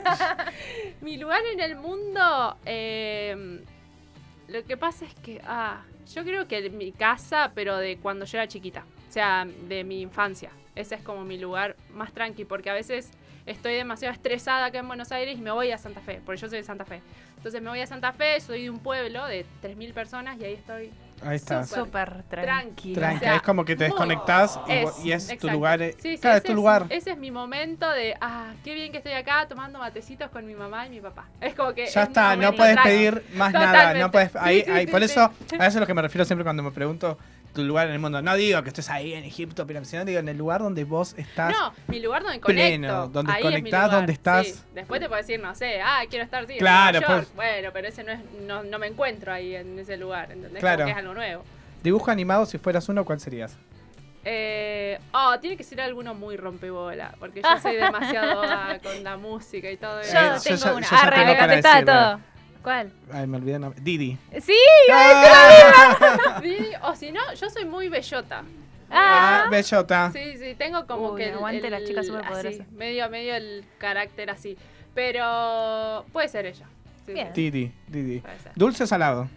C: Mi lugar en el mundo. eh, lo que pasa es que. Ah, yo creo que el- mi casa, pero de cuando yo era chiquita. O sea, de mi infancia. Ese es como mi lugar más tranqui, porque a veces estoy demasiado estresada acá en Buenos Aires y me voy a Santa Fe, porque yo soy de Santa Fe. Entonces me voy a Santa Fe, soy de un pueblo de 3.000 personas y ahí estoy
B: Ahí está.
C: Súper
G: Súper tranquilo.
C: tranqui.
B: Tranca,
C: o sea,
B: es como que te
C: muy-
B: desconectás y vo- y es tu
C: exacto.
B: lugar, eh,
C: Sí, sí,
B: claro, es
C: ese
B: tu lugar.
C: Ese es mi momento de, ah, qué bien que estoy acá tomando matecitos con mi mamá y mi papá. Es como que.
B: Ya
C: es mi
B: está, no
C: momento
B: puedes
C: tranqui.
B: pedir más nada,
C: Totalmente.
B: no puedes, ahí,
C: Sí, sí,
B: ahí,
C: sí,
B: por
C: sí.
B: eso, a eso es lo que me refiero siempre cuando me pregunto tu lugar en el mundo. No digo que estés ahí en Egipto, pero sino digo en el lugar donde vos estás.
C: No, mi lugar donde
B: pleno,
C: conecto.
B: donde
C: ahí es mi
B: conectás,
C: lugar,
B: donde estás.
C: sí. Después te puedo decir, no sé, ah, quiero estar sí, en
B: Claro,
C: Nueva York.
B: pues.
C: Bueno, pero ese no es, no, no me encuentro ahí en ese lugar, ¿entendés?
B: Claro.
C: Como que es algo nuevo.
B: Dibujo animado, si fueras uno, ¿cuál serías?
C: Eh, oh, tiene que ser alguno muy rompebola, porque yo soy demasiado dada con la música y todo eso.
B: Eh,
G: Yo
B: yo ya-
G: tengo una.
B: yo ya
G: Arre,
B: tengo
G: me
B: para
G: contestaba
B: decirla.
G: todo. ¿Cuál?
B: Ay, me olvidé el nombre. Didi.
G: Sí,
B: ¡Ah!
C: Sí, o si no, yo soy muy bellota.
B: Ah, bellota.
C: Sí, sí, tengo como
A: Uy,
C: que. el-
A: aguante
C: el-
A: las chicas
C: así,
A: superpoderosas.
C: medio, medio el carácter así. Pero puede ser ella. Sí,
A: Bien.
B: Titi, Titi.
C: puede ser.
B: Dulce o salado.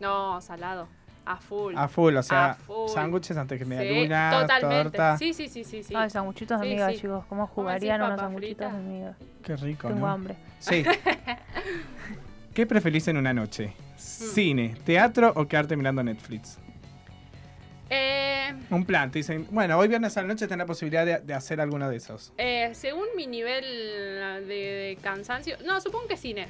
C: No, salado. A full.
B: A full, o
C: A
B: sea,
C: full.
B: sándwiches antes que
C: Sí,
B: medialuna,
C: totalmente.
B: torta.
C: Sí, sí, sí, sí. sí.
A: Ay, sanguchitos de
C: Sí,
A: miga,
C: sí.
A: chicos. ¿Cómo
C: ¿Cómo decís,
A: jugarían unos
C: papas
A: sanguchitos de
C: fritas?
A: miga?
B: Qué rico,
A: Tengo
B: ¿no?
A: hambre.
B: Sí. ¿Qué preferís en una noche?
C: Hmm.
B: ¿Cine, teatro o quedarte mirando Netflix?
C: Eh,
B: Un plan, te dicen, bueno, hoy viernes a la noche tenés la posibilidad de, de hacer alguno de esos.
C: eh, según mi nivel de, de cansancio. No, supongo que cine.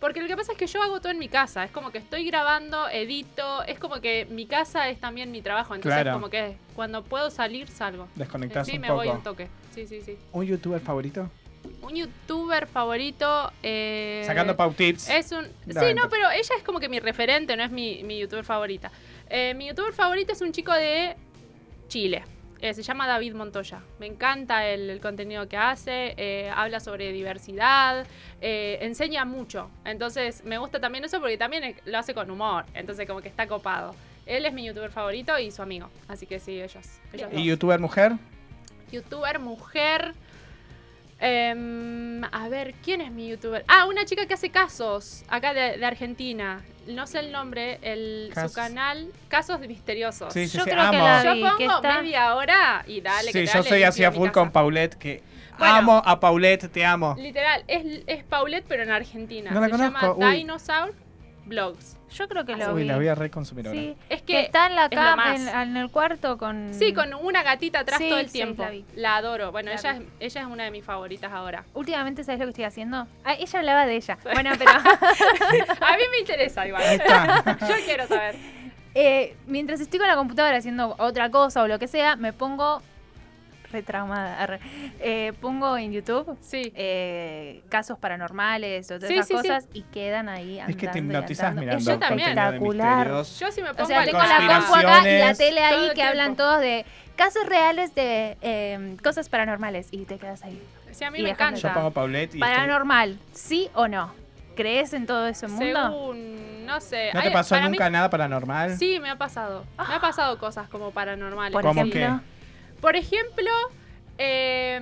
C: Porque lo que pasa es que yo hago todo en mi casa. Es como que estoy grabando, edito. Es como que mi casa es también mi trabajo. Entonces,
B: Claro.
C: como que cuando puedo salir, salgo.
B: Desconectás
C: Sí,
B: un
C: me
B: poco.
C: voy un toque. Sí, sí, sí.
B: ¿Un youtuber favorito?
C: Un youtuber favorito. eh,
B: Sacando Pau Tips.
C: Es un.
B: No,
C: sí,
B: ento-
C: no, pero ella es como que mi referente, no es mi, mi youtuber favorita. Eh, mi youtuber favorito es un chico de Chile. Eh, se llama David Montoya. Me encanta el, el contenido que hace. eh, habla sobre diversidad. eh, enseña mucho. Entonces me gusta también eso porque también eh, lo hace con humor. Entonces como que está copado. Él es mi youtuber favorito y su amigo. Así que sí, ellos. ellos
B: ¿Y
C: dos.
B: youtuber mujer?
C: youtuber mujer. Em, a ver, ¿quién es mi youtuber? Ah, una chica que hace casos, acá de, de Argentina. No sé el nombre, el, su
B: Casos.
C: canal, Casos Misteriosos.
B: Sí, sí,
A: Yo
B: sí,
A: creo que
B: amo.
A: la-
C: Yo
A: Sí, que
C: pongo
A: está-
C: media hora y dale. que
B: sí, yo
C: dale,
B: soy así
C: limpio
B: a
C: mi
B: full
C: casa.
B: con Paulette, que
C: Bueno.
B: amo a Paulette, te amo.
C: Literal, es, es Paulette, pero en Argentina.
B: No la
C: Se
B: conozco,
C: llama
B: uy.
C: Dinosaur Blogs.
A: Yo creo que
C: Ah,
A: lo
B: Uy,
A: vi.
B: la voy a reconsumir ahora.
A: Sí,
C: Es
A: que
C: que
A: está en la
C: lo
A: cama,
C: más.
A: en, en el cuarto con...
C: Sí, con una gatita atrás
A: Sí,
C: todo el
A: sí,
C: tiempo.
A: la vi.
C: adoro. Bueno,
A: La
C: ella es,
A: vi.
C: ella es una de mis favoritas ahora.
A: Últimamente, ¿sabes lo que estoy haciendo? Ah, ella hablaba de ella. Bueno, pero
C: A mí me interesa igual.
B: Ahí está.
C: Yo quiero saber.
A: eh, mientras estoy con la computadora haciendo otra cosa o lo que sea, me pongo retraumada. arre. Eh, pongo en YouTube
C: Sí.
A: eh, casos paranormales o todas
C: Sí,
A: esas
C: sí, sí.
A: cosas y quedan ahí
B: Es que
A: andando y
B: te hipnotizás
A: andando.
B: mirando.
C: Yo también.
B: contenido de
A: Espectacular.
B: misterios.
C: Yo si me pongo
A: O sea,
C: al
A: tengo la compu
B: conspiraciones.
A: acá y la tele
C: Todo el
A: ahí que
C: tiempo.
A: hablan todos de eh, casos reales de eh, cosas paranormales y te quedas ahí.
C: Sí, a mí
A: y
C: me
A: dejando
B: Yo
C: encanta.
B: pongo Paulette y estoy-
A: Paranormal, ¿sí o no? ¿Crees en todo ese mundo?
C: Según, no sé.
B: ¿No te
C: Ay,
B: pasó
C: para mí-
B: nunca nada paranormal?
C: Sí, me ha pasado. Me ha pasado cosas como paranormales.
A: Por
B: ¿Cómo
C: Sí.
A: ejemplo,
C: Por ejemplo, eh,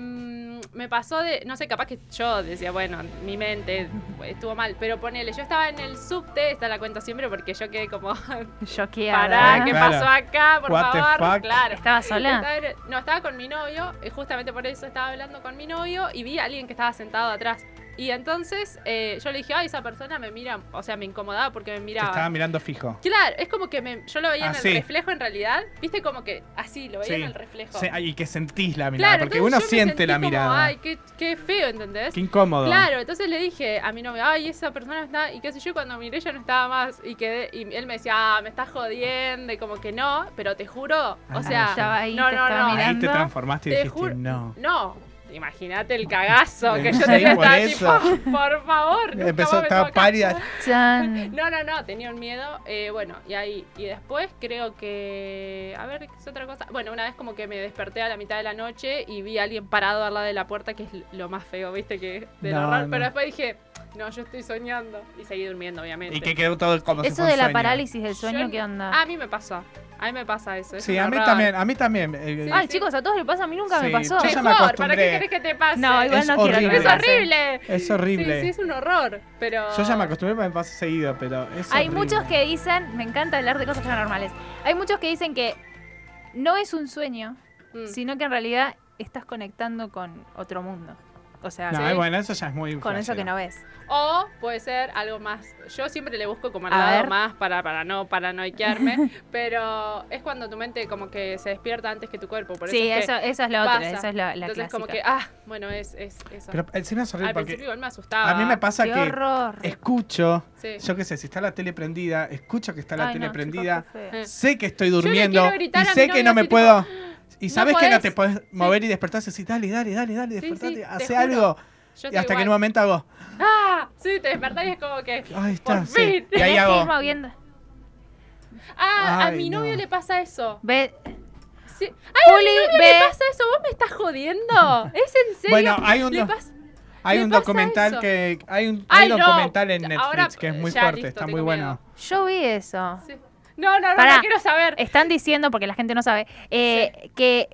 C: me pasó de. No sé, capaz que yo decía, bueno, mi mente estuvo mal. Pero ponele, yo estaba en el subte, está la cuenta siempre porque yo quedé como.
A: yo ¿eh?
C: Pará,
B: Ah,
C: ¿qué
B: claro.
C: pasó acá? Por
B: What the
C: favor.
B: fuck?
C: Claro.
A: ¿Estaba sola?
C: Estaba en- no, estaba con mi novio, eh, justamente por eso estaba hablando con mi novio y vi a alguien que estaba sentado atrás. Y entonces eh, yo le dije, ay, esa persona me mira, o sea, me incomodaba porque me
B: Te estaba
C: miraba.
B: mirando fijo.
C: Claro, es como que me- yo lo veía en el
B: Así.
C: reflejo en realidad, viste como que así, lo veía
B: Sí.
C: en el reflejo.
B: Se- ay, y que sentís la mirada,
C: claro,
B: porque uno
C: entonces yo me
B: siente la
C: sentí como,
B: mirada.
C: Ay, qué, qué feo, ¿entendés?
B: Qué incómodo.
C: Claro, entonces le dije a mi novio, ay, esa persona está, y qué sé yo, cuando miré ya no estaba más, y quedé, y él me decía, ah, me estás jodiendo, y como que no, pero te juro, o
B: Ah,
C: sea,
A: estaba ahí,
C: no,
A: te
C: no,
A: estaba
C: no,
B: Ahí te
A: mirando,
B: transformaste y
C: te
B: dijiste,
C: juro-
B: no.
C: No, imagínate el cagazo que yo
B: Sí,
C: tenía
B: por
C: estaba
B: eso.
C: tipo, por favor. nunca
B: Empezó,
C: más me
B: estaba
C: toca".
B: pálida.
A: Chan.
C: No, no, no, tenía un miedo. eh, bueno, y ahí. Y después creo que. A ver, ¿qué es otra cosa? Bueno, una vez como que me desperté a la mitad de la noche y vi a alguien parado al lado de la puerta, que es lo más feo, ¿viste? Que del
B: No,
C: horror.
B: no.
C: Pero después dije, no, yo estoy soñando. Y seguí durmiendo, obviamente.
B: Y que quedó todo como si
A: Eso
B: fuera
A: de
B: un
A: la
B: sueño.
A: parálisis del
C: Yo
A: sueño,
C: no- Ah,
A: ¿qué onda?
C: A mí me pasó. A mí me pasa eso. es
B: Sí,
C: un
B: a mí
C: horror.
B: también, a mí también. eh,
C: Sí,
A: Ay,
C: sí.
A: chicos, a todos les pasa, a mí nunca
B: Sí,
A: me pasó.
B: yo ya me
C: Mejor, ¿para qué
B: acostumbré.
C: querés que te pase?
A: No, igual
B: Es
A: no quiero que me
B: horrible.
C: es
A: pase.
C: horrible.
B: Es horrible.
C: Sí, sí, es un horror, pero...
B: Yo ya me acostumbré, me pasa seguido, pero es
A: Hay
B: horrible.
A: muchos que dicen, me encanta hablar de cosas paranormales. Hay muchos que dicen que no es un sueño,
C: Mm.
A: sino que en realidad estás conectando con otro mundo. O sea,
B: No, eh,
C: Sí.
B: bueno, eso ya es muy
A: con eso que no
B: flashero.
A: ves.
C: O puede ser algo más... Yo siempre le busco como el
A: A
C: lado
A: ver.
C: más para, para no paranoiquearme, pero es cuando tu mente como que se despierta antes que tu cuerpo. Por
A: sí,
C: eso es que-
A: eso, eso es lo otro,
C: pasa.
A: eso es la, la
C: Entonces como que,
A: clásica.
C: ah, bueno, es, es eso.
B: Pero encima es horrible
C: Al
B: porque
C: principio igual me asustaba.
B: a mí me pasa
A: ¡Qué
B: que
A: horror!
B: escucho,
C: Sí.
B: yo qué sé, si está la tele prendida, escucho que está la
A: Ay,
B: tele
A: no,
B: prendida,
A: chicos, qué feo.
C: Eh.
B: sé que estoy
C: le
B: durmiendo
C: quiero gritar
B: y
C: a
B: sé
C: mi
B: que
C: novio
B: no me
C: así,
B: puedo... Y
C: "No
B: sabes que no
C: podés".
B: te puedes mover y despertarse así, dale, dale, dale, dale,
C: Sí, sí,
B: despertate,
C: te
B: hace
C: juro.
B: algo.
C: Yo
B: Y
C: estoy
B: hasta que en un
C: igual.
B: momento hago,
C: ¡Ah! Sí, te despertás y es como que...
B: ahí está,
C: ¡Por
B: sí.
C: fin!
B: Y ahí
A: Tenés que ir
B: hago,
A: moviendo.
C: ¡Ah! a
B: Ay,
C: mi
B: no.
C: novio le pasa eso.
A: Ve,
C: Sí.
A: Juli,
C: ¿Qué
A: ve.
C: pasa eso? ¿Vos me estás jodiendo? ¿Es en serio.
B: Bueno, hay un
C: Le
B: do-
C: pasa-
B: hay
C: me
B: un
C: pasa
B: documental
C: eso.
B: que... Hay un,
C: Ay,
B: hay
C: no.
B: documental en Netflix
C: Ahora,
B: que es muy
C: ya,
B: fuerte,
C: listo,
B: está
C: tengo
B: muy bueno.
C: miedo.
A: Yo vi eso.
C: Sí. No, no, no,
G: Pará.
C: no quiero saber.
G: Están diciendo, porque la gente no sabe, eh, que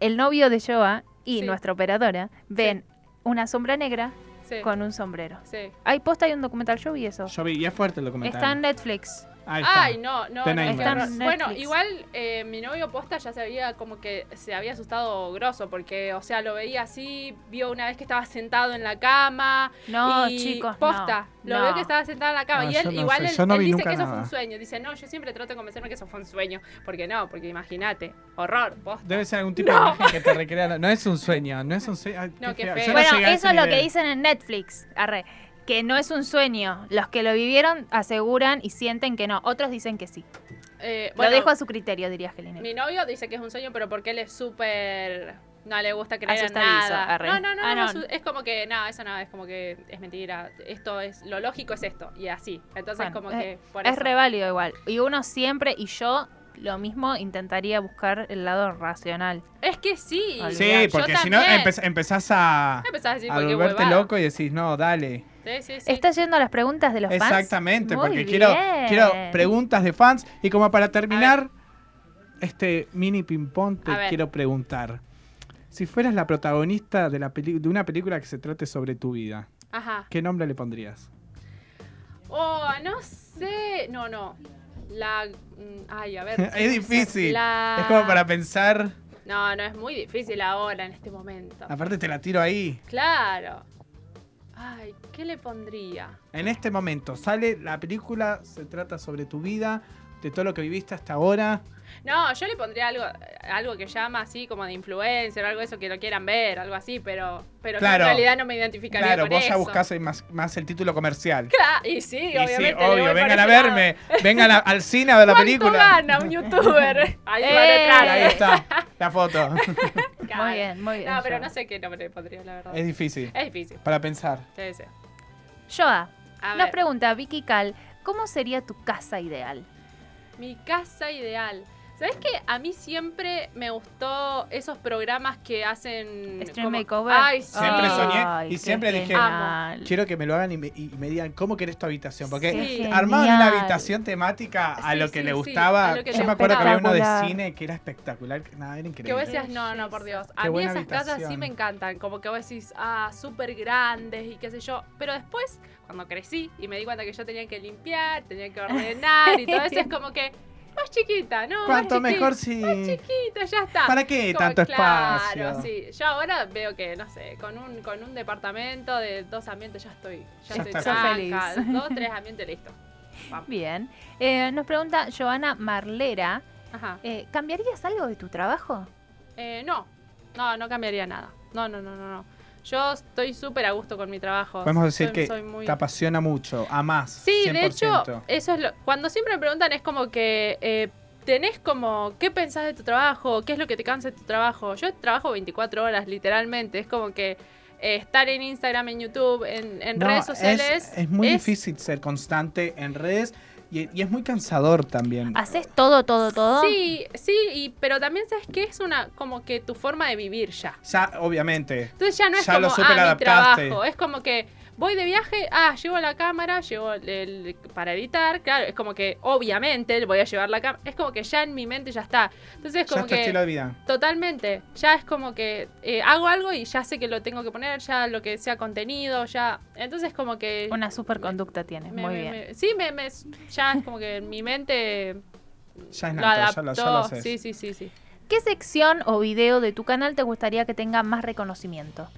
G: el novio de Joa y
C: Sí.
G: nuestra operadora ven una sombra negra
C: Sí,
G: con un sombrero.
C: sí.
G: Hay posta, hay un documental, yo vi eso.
B: Yo vi, y es fuerte el documental.
G: Está en Netflix.
B: Ahí está.
C: Ay, no, no.
B: The
C: no, qué
B: Nightmares.
C: horror.
G: Está en
C: bueno,
G: Netflix.
C: igual eh, mi novio posta ya se había como que se había asustado grosso porque, o sea, lo veía así, vio una vez que estaba sentado en la cama.
G: No,
C: y
G: chicos.
C: Posta,
G: no,
C: lo
G: no.
C: veo que estaba sentado en la cama.
B: No,
C: y
B: yo
C: él,
B: no
C: igual,
B: sé,
C: él,
B: yo no
C: él
B: vi
C: dice
B: nunca
C: que eso fue
B: nada.
C: un sueño. Dice, no, yo siempre trato de convencerme que eso fue un sueño. Porque no, porque imagínate, horror, posta.
B: Debe ser algún tipo de imagen que te recrea. No es un sueño, no es un sueño. Ay,
C: No, qué
B: feo.
C: feo.
B: Yo no
G: Bueno,
B: llegué a
G: eso
B: ese
G: es lo
B: nivel.
G: que dicen en Netflix, arre, que no es un sueño. Los que lo vivieron aseguran y sienten que no. Otros dicen que sí.
C: Eh, bueno,
G: lo dejo a su criterio, diría Gelina.
C: Mi novio dice que es un sueño, pero porque él es súper... No le gusta creer en
G: Asustadizo,
C: nada.
G: arre.
C: No, no, no,
G: Ah,
C: no,
G: no.
C: su- es como que, no, eso no, es como que es mentira. Esto es, lo lógico es esto, y así. Entonces,
G: Bueno,
C: como
G: eh,
C: que por
G: Es
C: eso.
G: re válido igual. Y uno siempre, y yo lo mismo, intentaría buscar el lado racional.
C: Es que sí.
G: Olvidar.
B: Sí,
C: Yo
B: porque si no
C: también.
B: empe- empezás a,
C: Empezás a decir
B: a
C: cualquier
B: volverte
C: huevada.
B: loco y decís, no, dale.
C: Sí, sí, sí.
G: ¿Estás yendo a las preguntas de los fans?
B: Exactamente,
G: Muy
B: porque quiero,
G: bien.
B: quiero preguntas de fans. Y como para terminar, este mini ping-pong te
C: A ver.
B: quiero preguntar. Si fueras la protagonista de, la peli- de una película que se trate sobre tu vida,
C: Ajá.
B: ¿qué nombre le pondrías?
C: Oh, no sé. No, no. La... mm, Ay, a ver.
B: es difícil.
C: La-
B: Es como para pensar.
C: No, no, es muy difícil ahora, en este momento.
B: Aparte, te la tiro ahí.
C: Claro. Ay, ¿qué le pondría?
B: En este momento sale la película, se trata sobre tu vida, de todo lo que viviste hasta ahora.
C: No, yo le pondría algo, algo que llama así como de influencer, algo eso que lo quieran ver, algo así, pero, pero yo
B: Claro.
C: en realidad no me identificaría
B: Claro,
C: con
B: vos ya
C: eso.
B: buscás ahí más, más el título comercial.
C: Claro, y sí,
B: Y sí,
C: obviamente. le voy
B: obvio,
C: por
B: vengan
C: ese
B: a
C: lado.
B: verme, vengan a- al cine a ver la
C: ¿Cuánto
B: película.
C: gana un youtuber? Ahí va
G: Eh,
C: detrás,
B: Ahí
C: eh.
B: está, la foto.
C: Claro.
G: Muy bien, muy bien.
C: No, pero
G: Joa.
C: no sé qué nombre le pondría, la verdad.
B: es
C: Es,
B: difícil,
C: difícil.
B: para pensar.
C: Sí, sí.
G: Joa,
C: A
G: nos
C: ver,
G: pregunta Vicky Cal, ¿cómo sería tu casa ideal?
C: mi casa ideal. ¿Sabes qué? A mí siempre me gustó esos programas que hacen.
G: Stream
C: como-
G: Makeover.
C: Mm, Ay, sí.
B: Siempre soñé y
G: qué
B: siempre dije,
G: genial.
B: Quiero que me lo hagan y me, y me digan cómo querés tu habitación. Porque
C: Sí.
G: Qué
B: armaban una
G: genial.
B: habitación temática a
C: Sí,
B: lo que
C: sí,
B: le
C: sí,
B: gustaba.
C: a lo que
B: Yo
C: le
B: me acuerdo que había uno de
A: espectacular.
B: cine que era espectacular. que Nada, era
C: Que vos
B: increíble.
C: decías, no, no, por Dios.
B: Qué
C: A mí
B: buena
C: esas casas sí
B: habitación.
C: me encantan. Como que vos decís, ah, súper grandes y qué sé yo. Pero después, cuando crecí y me di cuenta que yo tenía que limpiar, tenía que ordenar y todo eso, es como que más chiquita, ¿no? Más
B: Cuanto mejor
C: chiquita,
B: sí.
C: Chiquita, ya está.
B: ¿Para qué
C: Como,
B: tanto
C: claro,
B: espacio?
C: sí. Yo ahora veo que, no sé, con un, con un departamento de dos ambientes ya estoy. Ya,
B: Ya
C: estoy
B: está
C: tranca.
G: feliz.
C: Dos, tres ambientes, listo.
G: Bien. Eh, nos pregunta Joana Marlera,
C: Ajá.
G: eh, ¿cambiarías algo de tu trabajo?
C: Eh, no, no, no cambiaría nada. No, no, no, no, no. Yo estoy súper a gusto con mi trabajo.
B: Podemos decir
C: Soy-
B: que
C: soy muy-
B: te apasiona mucho, a más.
C: Sí, de hecho, eso es lo... Cuando siempre me preguntan es como que eh, tenés como, ¿qué pensás de tu trabajo? ¿Qué es lo que te cansa de tu trabajo? Yo trabajo 24 horas, literalmente. Es como que eh, estar en Instagram, en YouTube, en, en
B: No,
C: redes
B: es-
C: sociales...
B: Es, muy difícil ser constante en redes y, y es muy cansador también.
C: Ah.
G: ¿Haces todo, todo, todo?
C: Sí, sí, y- pero también sabes que es una como que tu forma de vivir ya.
B: Ya, obviamente.
C: Entonces ya no es
B: Ya
C: como
B: lo súper
C: ah, mi
B: adaptaste".
C: trabajo, es como que voy de viaje, ah, llevo la cámara, llevo el, el- para editar, claro, es como que obviamente le voy a llevar la cámara, es como que ya en mi mente ya está. Entonces es
B: Ya
C: como
B: es tu
C: que
B: estilo de vida.
C: totalmente, ya es como que eh, hago algo y ya sé que lo tengo que poner, ya lo que sea contenido, ya. Entonces como que
G: Una super conducta tienes,
C: me-
G: muy
C: me-
G: bien.
C: me- sí, me, me- ya es como que en mi mente
B: Ya es
C: lo
B: nato, ya lo,
C: adaptó.
B: ya lo haces.
C: sí, sí, sí, sí.
G: ¿Qué sección o video de tu canal te gustaría que tenga más reconocimiento?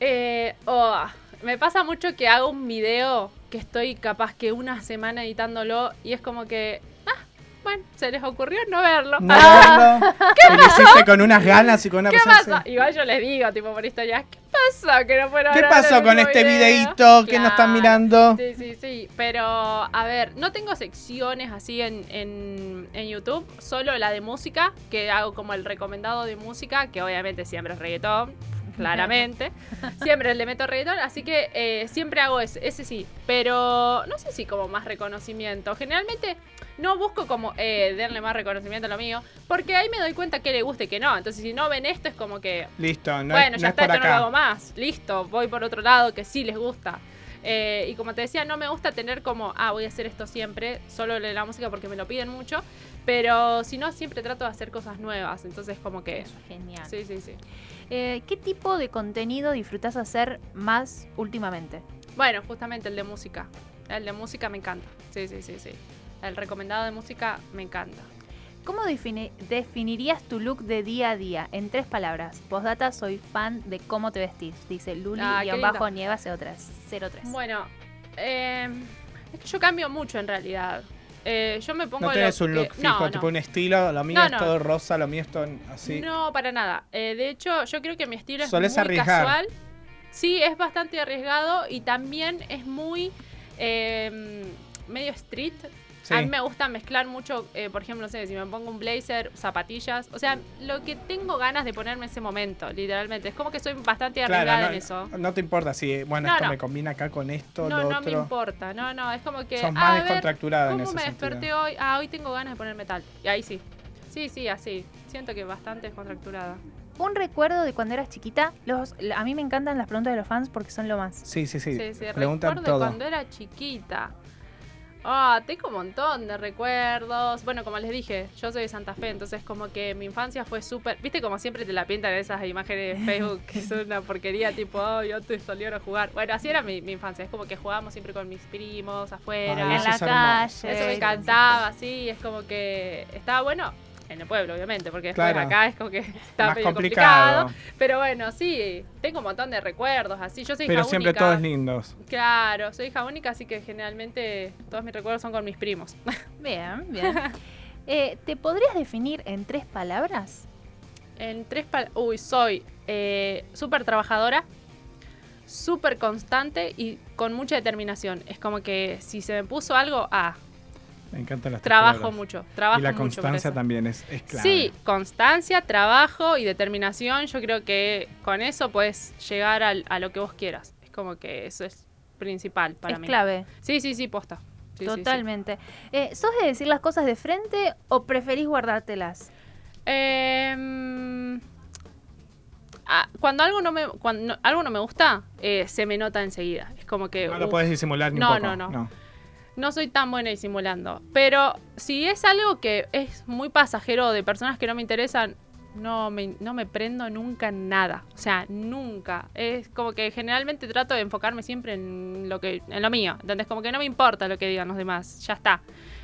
C: Eh, oh, me pasa mucho que hago un video que estoy capaz que una semana editándolo y es como que, ah, bueno, se les ocurrió no verlo.
B: No, no. Y lo hiciste con unas ganas y con una
C: ¿Qué
B: pasión,
C: pasa?
B: sí.
C: Igual yo les digo, tipo por historias, ¿qué pasó? Que no fueron a
B: ¿Qué
C: ver
B: pasó
C: el
B: con
C: mismo
B: este
C: video?
B: videíto que nos están
C: Claro.
B: mirando?
C: Sí, sí, sí. Pero, a ver, no tengo secciones así en, en, en YouTube. Solo la de música, que hago como el recomendado de música, que obviamente siempre es reggaetón, claramente. siempre le meto reggaetón, así que eh, siempre hago ese, ese sí. Pero no sé si como más reconocimiento. Generalmente no busco como eh, darle más reconocimiento a lo mío, porque ahí me doy cuenta que le gusta y que no. Entonces, si no ven esto, es como que
B: Listo, no,
C: bueno,
B: es,
C: ya
B: no es
C: está,
B: por
C: esto no lo
B: acá.
C: hago más. Listo, voy por otro lado que sí les gusta. Eh, y como te decía, no me gusta tener como, ah, voy a hacer esto siempre, solo de la música porque me lo piden mucho. Pero si no, siempre trato de hacer cosas nuevas. Entonces, como que.
G: Eso es genial.
C: Sí, sí, sí.
G: Eh, ¿Qué tipo de contenido disfrutás hacer más últimamente?
C: Bueno, justamente el de música. El de música me encanta. Sí, sí, sí, sí. El recomendado de música me encanta.
G: ¿Cómo defini- definirías tu look de día a día? En tres palabras. Postdata, soy fan de cómo te vestís. Dice Luli
C: Ah,
G: y
C: qué
G: abajo
C: lindo.
G: nieva CO3. 03.
C: Bueno, eh, es que yo cambio mucho en realidad. Eh, yo me pongo.
B: No
C: lo
B: tenés un look
C: que-
B: fijo,
C: no,
B: tipo
C: no.
B: un estilo, lo mío
C: No,
B: es
C: no.
B: todo rosa, lo mío es todo así.
C: No, para nada. Eh, de hecho, yo creo que mi estilo es
B: Solés
C: muy
B: arriesgar.
C: casual. Sí, es bastante arriesgado y también es muy eh, medio street.
B: Sí.
C: A mí me gusta mezclar mucho, eh, por ejemplo, no sé, si me pongo un blazer, zapatillas, o sea, lo que tengo ganas de ponerme en ese momento, literalmente. Es como que soy bastante
B: Claro,
C: arriesgada
B: no,
C: en eso.
B: no te importa si, bueno,
C: No,
B: esto
C: no.
B: me combina acá con esto,
C: No,
B: lo
C: no me
B: otro.
C: importa, no, no, es como que... "Ah,
B: Son
C: a
B: más
C: ver,
B: descontracturadas en
C: ¿Cómo
B: ese
C: me
B: sentido.
C: desperté hoy? Ah, hoy tengo ganas de ponerme tal. Y ahí sí. Sí, sí, así. Siento que bastante descontracturada.
G: Un recuerdo de cuando eras chiquita. Los, a mí me encantan las preguntas de los fans porque son lo más.
B: Sí, sí, sí.
C: Sí, sí,
B: Preguntan
C: recuerdo
B: todo.
C: cuando era chiquita. Ah, tengo un montón de recuerdos. Bueno, como les dije, yo soy de Santa Fe, entonces como que mi infancia fue súper... Viste como siempre te la pintan en esas imágenes de Facebook, que son una porquería, tipo, ay, antes salieron a jugar. Bueno, así era mi, mi infancia, es como que jugábamos siempre con mis primos, afuera.
G: en
B: Ay, eso
G: la
B: es hermoso.
G: calle.
C: Eso me encantaba, sí, es como que estaba bueno en el pueblo, obviamente, porque después
B: Claro.
C: acá es como que está
B: Más
C: medio complicado.
B: complicado.
C: Pero bueno, sí, tengo un montón de recuerdos, así, yo soy
B: Pero
C: hija
B: siempre
C: única.
B: todos lindos.
C: Claro, soy hija única, así que generalmente todos mis recuerdos son con mis primos.
G: Bien, bien. Eh, ¿Te podrías definir en tres palabras?
C: En tres pal- Uy, soy eh, súper trabajadora, súper constante y con mucha determinación. Es como que si se me puso algo, ah,
B: Me encantan las tres
C: trabajo
B: palabras.
C: mucho, trabajo
B: Y la
C: mucho por
B: constancia
C: eso.
B: también es, es clave.
C: Sí, constancia, trabajo y determinación. Yo creo que con eso puedes llegar al- a lo que vos quieras. Es como que eso es principal para
G: es
C: mí.
G: clave.
C: Sí, sí, sí, posta. Sí, sí, sí.
G: Totalmente. Eh, ¿Sos de decir las cosas de frente o preferís guardártelas?
C: Em, ah, cuando algo no me cuando no- algo no me gusta, eh, se me nota enseguida. Es como que
B: No Ah, lo
C: uf,
B: puedes disimular ni
C: No,
B: un poco.
C: no, no. no soy tan buena disimulando. Pero si es algo que es muy pasajero de personas que no me interesan, no me, no me prendo nunca en nada. O sea, nunca. Es como que generalmente trato de enfocarme siempre en lo que en lo mío. Entonces, como que no me importa lo que digan los demás. Ya está.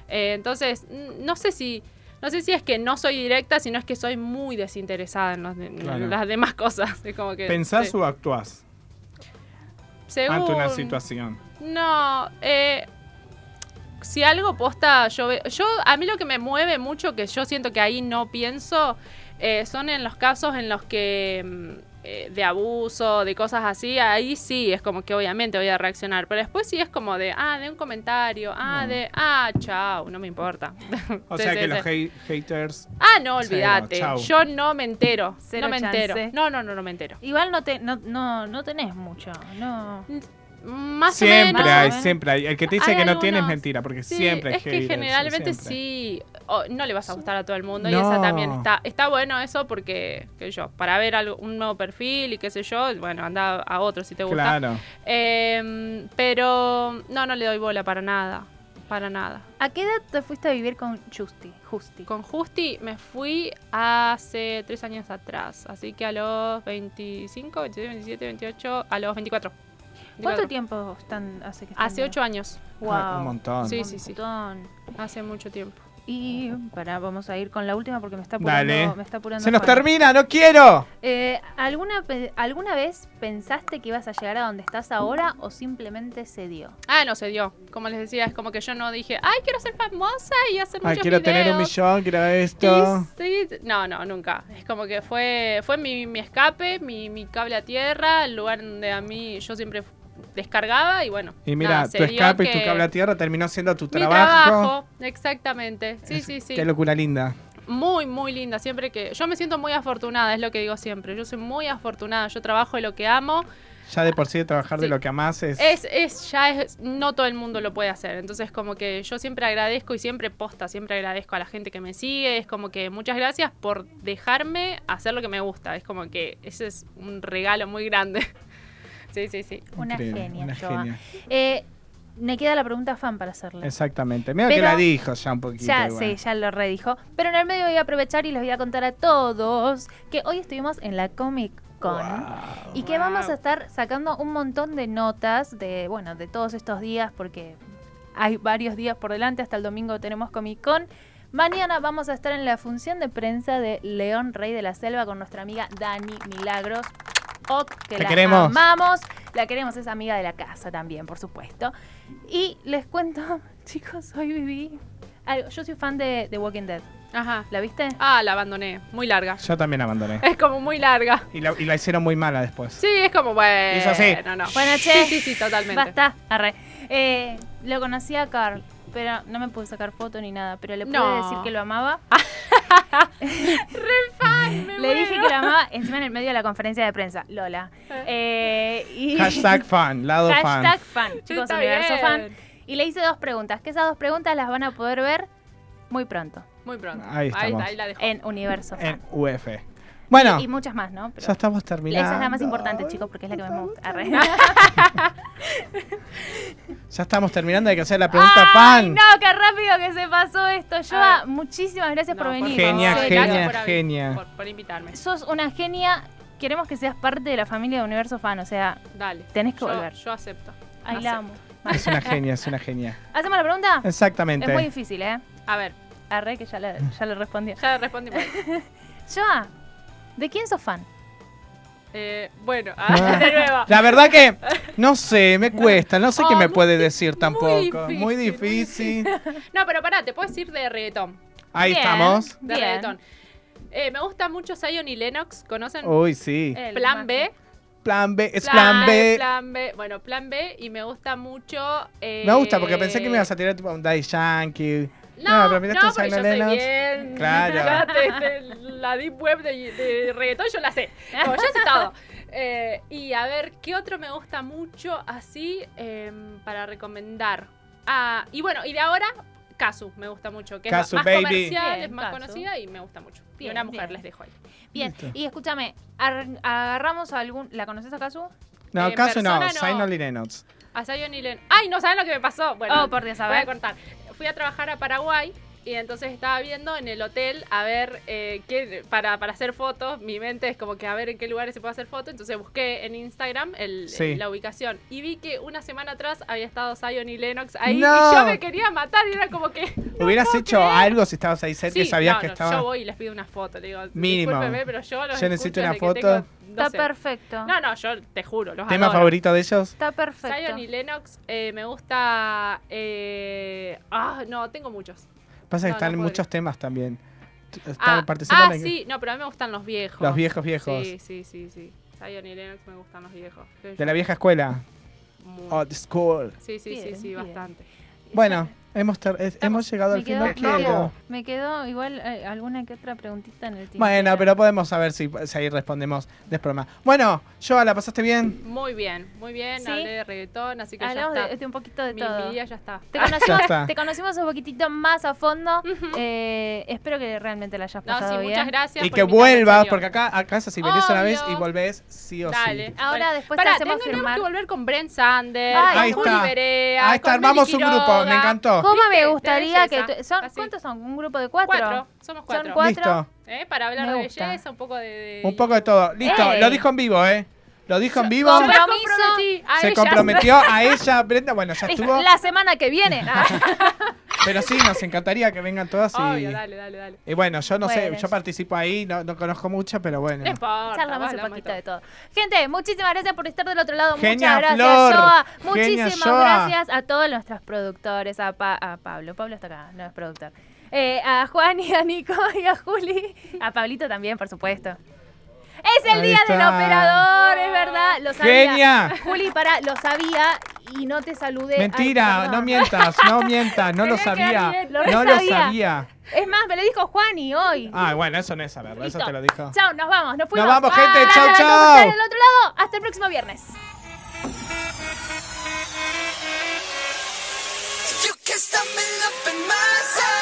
C: Eh, entonces, n- no sé si. No sé si es que no soy directa, sino es que soy muy desinteresada en, los de- en
B: Claro.
C: las demás cosas. Es como que,
B: ¿Pensás
C: sí.
B: o actuás ante una
C: Según-
B: situación?
C: no, eh, si algo posta, yo ve- yo a mí lo que me mueve mucho, que yo siento que ahí no pienso, eh, son en los casos en los que mm, eh, de abuso, de cosas así, ahí sí es como que obviamente voy a reaccionar, pero después sí es como de, ah, de un comentario, ah,
B: No.
C: de, ah, chao, no me importa.
B: O
C: Sí,
B: sea
C: sí,
B: que
C: sí.
B: los hate- haters.
C: Ah, no,
B: Cero,
C: olvídate,
B: chau.
C: yo no me entero,
G: Cero
C: no me
G: chance.
C: entero, no, no, no, no me entero.
G: Igual no, te, no, no, no tenés mucho. No.
C: Más o
B: siempre
C: menos.
B: hay,
C: ¿eh?
G: más o menos.
B: siempre hay. El que te dice
C: Hay
B: que no tiene es
C: algunos.
B: mentira, porque
C: Sí,
B: siempre hay
C: es que
B: haters,
C: generalmente
B: siempre.
C: sí, o no le vas a gustar a todo el mundo y
B: No.
C: esa también está está bueno eso porque qué sé yo para ver algo- un nuevo perfil y qué sé yo bueno anda a otro si te gusta
B: Claro.
C: Em, pero no no le doy bola para nada para nada
G: ¿A qué edad te fuiste a vivir con Justi? Justi.
C: con Justi me fui hace tres años atrás así que a los 25 26 27 28 a los 24,
G: ¿Cuánto
C: 24.
G: tiempo están hace que están
C: hace ocho años
B: Ah,
G: Wow.
B: Un montón.
C: Sí.
G: Sí, sí, sí.
C: hace mucho tiempo
G: Y para, vamos a ir con la última porque me está apurando.
B: Dale.
G: Me está apurando
B: Se nos
G: Juan.
B: termina, no quiero.
G: Eh, ¿alguna, pe- ¿Alguna vez pensaste que ibas a llegar a donde estás ahora o simplemente se dio?
C: Ah, no se dio. Como les decía, es como que yo no dije, ay, quiero ser famosa y hacer
B: Ay,
C: muchos
B: quiero tener un
C: videos".
B: millón, quiero esto.
C: Y sí, no, no, nunca. Es como que fue fue mi, mi escape, mi, mi cable a tierra, el lugar donde a mí yo siempre descargaba y bueno.
B: Y mira,
C: nada, se
B: tu
C: dio
B: escape y
C: que-
B: tu cable a tierra terminó siendo tu
C: Mi
B: trabajo.
C: trabajo, exactamente. Sí, sí, sí.
B: Qué locura linda.
C: Muy, muy linda. Siempre que. Yo me siento muy afortunada, es lo que digo siempre. Yo soy muy afortunada. Yo trabajo de lo que amo.
B: Ya de por sí de trabajar de
C: Sí.
B: lo que amás es.
C: Es, es, ya es, no todo el mundo lo puede hacer. Entonces, como que yo siempre agradezco y siempre posta, siempre agradezco a la gente que me sigue. Es como que muchas gracias por dejarme hacer lo que me gusta. Es como que ese es un regalo muy grande. Sí, sí, sí.
A: Una
B: Increíble,
A: genia,
B: una
A: Joa.
B: genia.
A: Eh, me queda la pregunta fan para hacerla.
B: Exactamente. Medio que
A: Pero-
B: la dijo ya un poquito.
A: Ya,
B: igual.
A: sí, ya lo redijo. Pero en el medio voy a aprovechar y les voy a contar a todos que hoy estuvimos en la Comic Con.
B: Guau.
A: Y que
C: Wow.
A: vamos a estar sacando un montón de notas de, bueno, de todos estos días, porque hay varios días por delante, hasta el domingo tenemos Comic Con. Mañana vamos a estar en la función de prensa de León Rey de la Selva con nuestra amiga Dani Milagros. Oc, que
B: Te
A: la
B: queremos.
A: amamos. La queremos, es amiga de la casa también, por supuesto. Y les cuento, chicos, hoy viví. algo. Yo soy fan de The Walking Dead.
C: Ajá.
A: ¿La viste?
C: Ah, la abandoné. Muy larga.
B: Yo también abandoné.
C: Es como muy larga.
B: Y la, y la hicieron muy mala después.
C: Sí, es como, bueno.
B: Hizo así.
C: No, no.
A: Bueno, che.
C: Sí, sí, sí, totalmente.
A: Basta, arre. Eh, lo conocí a Carl, pero no me pude sacar foto ni nada, pero le pude
C: No.
A: decir que lo amaba.
C: Me
A: le dije
C: muero.
A: que lo amaba encima en el medio de la conferencia de prensa, Lola. Eh, y
B: Hashtag fan, lado fan.
A: Hashtag fan,
C: Sí,
A: chicos,
C: está
A: universo
C: bien.
A: fan. Y le hice dos preguntas, que esas dos preguntas las van a poder ver muy pronto
C: Muy pronto.
B: Ahí estamos.
C: Ahí, la dejó.
A: en Universo
B: En
A: Fan.
B: UF. Bueno,
A: Y muchas más, ¿no? Pero
B: Eh, ya estamos terminando.
A: esa es la más importante, chicos, porque es la que más me gusta. Arre.
B: Ya estamos terminando, hay que hacer la pregunta
A: Ay,
B: fan.
A: no, qué rápido que se pasó esto. Joa, muchísimas gracias
C: No,
A: por
C: por
A: venir.
C: favor.
B: Genia,
A: En serio.
C: Gracias
B: genia,
C: por haber-
B: genia.
C: Por, por invitarme.
A: Sos una genia. Queremos que seas parte de la familia de Universo Fan. O sea,
C: Dale.
A: tenés que
C: Yo,
A: volver.
C: yo acepto.
A: Ahí
C: Acepto.
A: la amo.
B: Es una genia, es una genia.
A: ¿Hacemos la pregunta?
B: Exactamente.
A: Es muy difícil, ¿eh?
C: A ver,
A: Arre que ya le, ya le respondí.
C: ya respondimos.
A: Joa, ¿de quién sos fan?
C: Eh, bueno, ah, de nuevo.
B: La verdad que no sé, me cuesta, no sé
C: Oh,
B: qué me
C: muy
B: puede decir tampoco. Muy difícil.
C: difícil, muy No, pero pará, te puedes ir de reggaetón.
B: Ahí
A: Bien.
B: estamos.
C: De
A: Bien.
C: reggaetón. Eh, me gusta mucho Zion y Lennox. ¿Conocen?
B: Uy, sí.
A: El
C: Plan
A: más-
C: B.
B: Plan B, Oh. es plan B.
C: Plan Eh. B. Bueno, plan B. Y me gusta mucho. eh,
B: Me gusta porque pensé que me ibas a tirar tipo un Daddy Yankee.
C: No,
B: No,
C: no,
B: Ah, pero
C: pero
B: miraste
C: yo
B: Zion y
C: soy
B: Lennox.
C: bien.
B: Claro.
C: Ya te- te- la deep web de, de reggaetón yo la sé. Como yo sé todo. Eh, y a ver, ¿qué otro me gusta mucho así em, para recomendar? Ah, y bueno, y de ahora, Casu me gusta mucho. Que
B: Kazu,
C: es más
B: baby.
C: comercial,
A: Bien,
C: es más
A: Kazu.
C: conocida y me gusta mucho. y
A: Bien,
C: una mujer
A: bien.
C: les dejo ahí.
A: Bien,
B: Listo.
A: y escúchame, ar- agarramos a algún. ¿La conoces acaso?
B: No,
C: En
B: caso no,
C: Eh, persona no.
B: Zayn Only Lennox.
C: A Zion y Len- ¡Ay, no saben lo que me pasó! Bueno,
A: oh, por Dios, a
C: voy a
A: ver.
C: cortar. Fui a trabajar a Paraguay y entonces estaba viendo en el hotel a ver eh, qué, para, para hacer fotos. Mi mente es como que a ver en qué lugares se puede hacer fotos. Entonces busqué en Instagram el-
B: Sí.
C: la ubicación y vi que una semana atrás había estado Zion y Lennox ahí
B: No.
C: y yo me quería matar y era como que.
B: ¿Hubieras hecho
C: creer.
B: algo si estabas ahí cerca
C: Sí,
B: y sabías
C: no,
B: que
C: no,
B: estaba?
C: Yo voy y les pido una foto. Le digo,
B: Mínimo.
C: discúlpeme, pero yo los
B: Yo necesito
C: escucho
B: una
C: desde que
B: foto.
C: tengo, no
A: Está
C: sé.
A: perfecto.
C: No, no, yo te juro, los
B: ¿Tema
C: adoro.
B: favorito de ellos?
A: Está perfecto.
C: Zion y Lennox, eh, me gusta. eh, Ah, no, tengo muchos.
B: Pasa que
C: No, no
B: están
C: podría.
B: muchos temas también. Están,
C: Ah,
B: participan
C: ah,
B: en-
C: sí, no, pero a mí me gustan los viejos.
B: los viejos viejos.
C: Sí, sí, sí, sí. Zion y Lennox me gustan los viejos. Creo
B: De
C: yo
B: la vieja escuela.
C: muy-
B: Old school.
C: Sí, sí, sí,
A: Bien,
C: sí,
A: bien.
C: bastante.
B: Bueno, hemos, ter- es- hemos llegado al
A: me quedó,
B: final.
A: me,
B: que-
A: quedó, me quedó igual eh, alguna que otra preguntita en el tiempo.
B: Bueno, pero podemos saber si, si ahí respondemos después más. Bueno, Joa, ¿la pasaste bien?
C: Muy bien, muy bien.
A: Sí.
C: Hablé de reggaetón, así que
A: Hablamos
C: ya
A: de,
C: está.
A: de un poquito de
C: mi,
A: todo.
C: mi día ya está.
A: Te conocimos,
B: Ah, está.
A: te conocimos un poquitito más a fondo.
C: Ujú.
A: Eh, espero que realmente la hayas
C: No, sí,
A: pasado bien.
C: muchas gracias.
B: Y
C: por
B: que
C: invitarme, en
B: vuelvas,
C: serio.
B: porque acá a casa si venís una vez y
C: Obvio.
B: volvés sí o
C: Dale.
B: sí.
A: Ahora
C: Bueno,
A: después
C: pará,
A: te hacemos
C: tengo- tenemos
A: firmar.
C: que volver con Brent Sander,
A: Ay,
B: Ahí
C: con
B: está.
C: Juli Berea,
B: Ahí está,
C: con
B: armamos
C: Meli
B: un grupo, me
C: Quiroga.
B: encantó.
A: ¿Cómo
C: Viste,
A: me
C: de
A: gustaría que
C: belleza,
A: tú- son,
C: así.
A: ¿Cuántos son? ¿Un grupo de cuatro?
C: Cuatro, somos cuatro.
A: cuatro.
B: Listo,
C: ¿Eh? Para hablar
A: Me
C: de
A: gusta.
C: belleza, un poco de... de-
B: un poco de todo. Listo,
A: Ey.
B: lo dijo en vivo, ¿eh? Lo dijo en vivo.
C: Yo me
A: Compromiso.
C: comprometí a
B: Se
C: ellas.
B: comprometió a ella, Brenda. Bueno, ya
A: Listo,
B: estuvo.
A: La semana que viene.
B: Pero sí, nos encantaría que vengan todas y.
C: Obvio, dale, dale, dale.
B: Y bueno, yo no
A: Bueno,
B: sé,
A: ya-
B: yo participo ahí, no, no conozco mucho, pero bueno.
C: No importa,
A: Charlamos un
C: hablamos
A: poquito de
C: todo.
A: todo. Gente, muchísimas gracias por estar del otro lado.
B: Genia,
A: Muchas gracias,
B: Flor.
A: Joa.
B: Genia,
A: Muchísimas
B: Joa.
A: gracias a todos nuestros productores, a, Pa- a Pablo. Pablo está acá, no es productor. Eh, a Juan y a Nico y a Juli. A Pablito también, por supuesto. Es el
B: Ahí
A: día del
B: está.
A: operador, es verdad. Lo sabía.
B: ¡Genia!
A: Juli, para, lo sabía y no te saludé.
B: Mentira,
A: Ay, perdón.
B: no mientas, no mientas, no lo
C: Tenía que
B: sabía.
C: abrir
A: Lo re
B: No lo
A: sabía.
B: sabía.
A: Es más, me lo dijo Juani hoy.
B: Ah, bueno, eso no es saberlo, eso
A: Listo.
B: te lo dijo.
A: Chao, nos vamos, nos
B: Nos
A: fuimos.
B: vamos, gente,
A: Gracias
B: chau,
A: por
B: chau.
A: estar del otro lado. Hasta el próximo viernes.
H: You can stop me loving myself.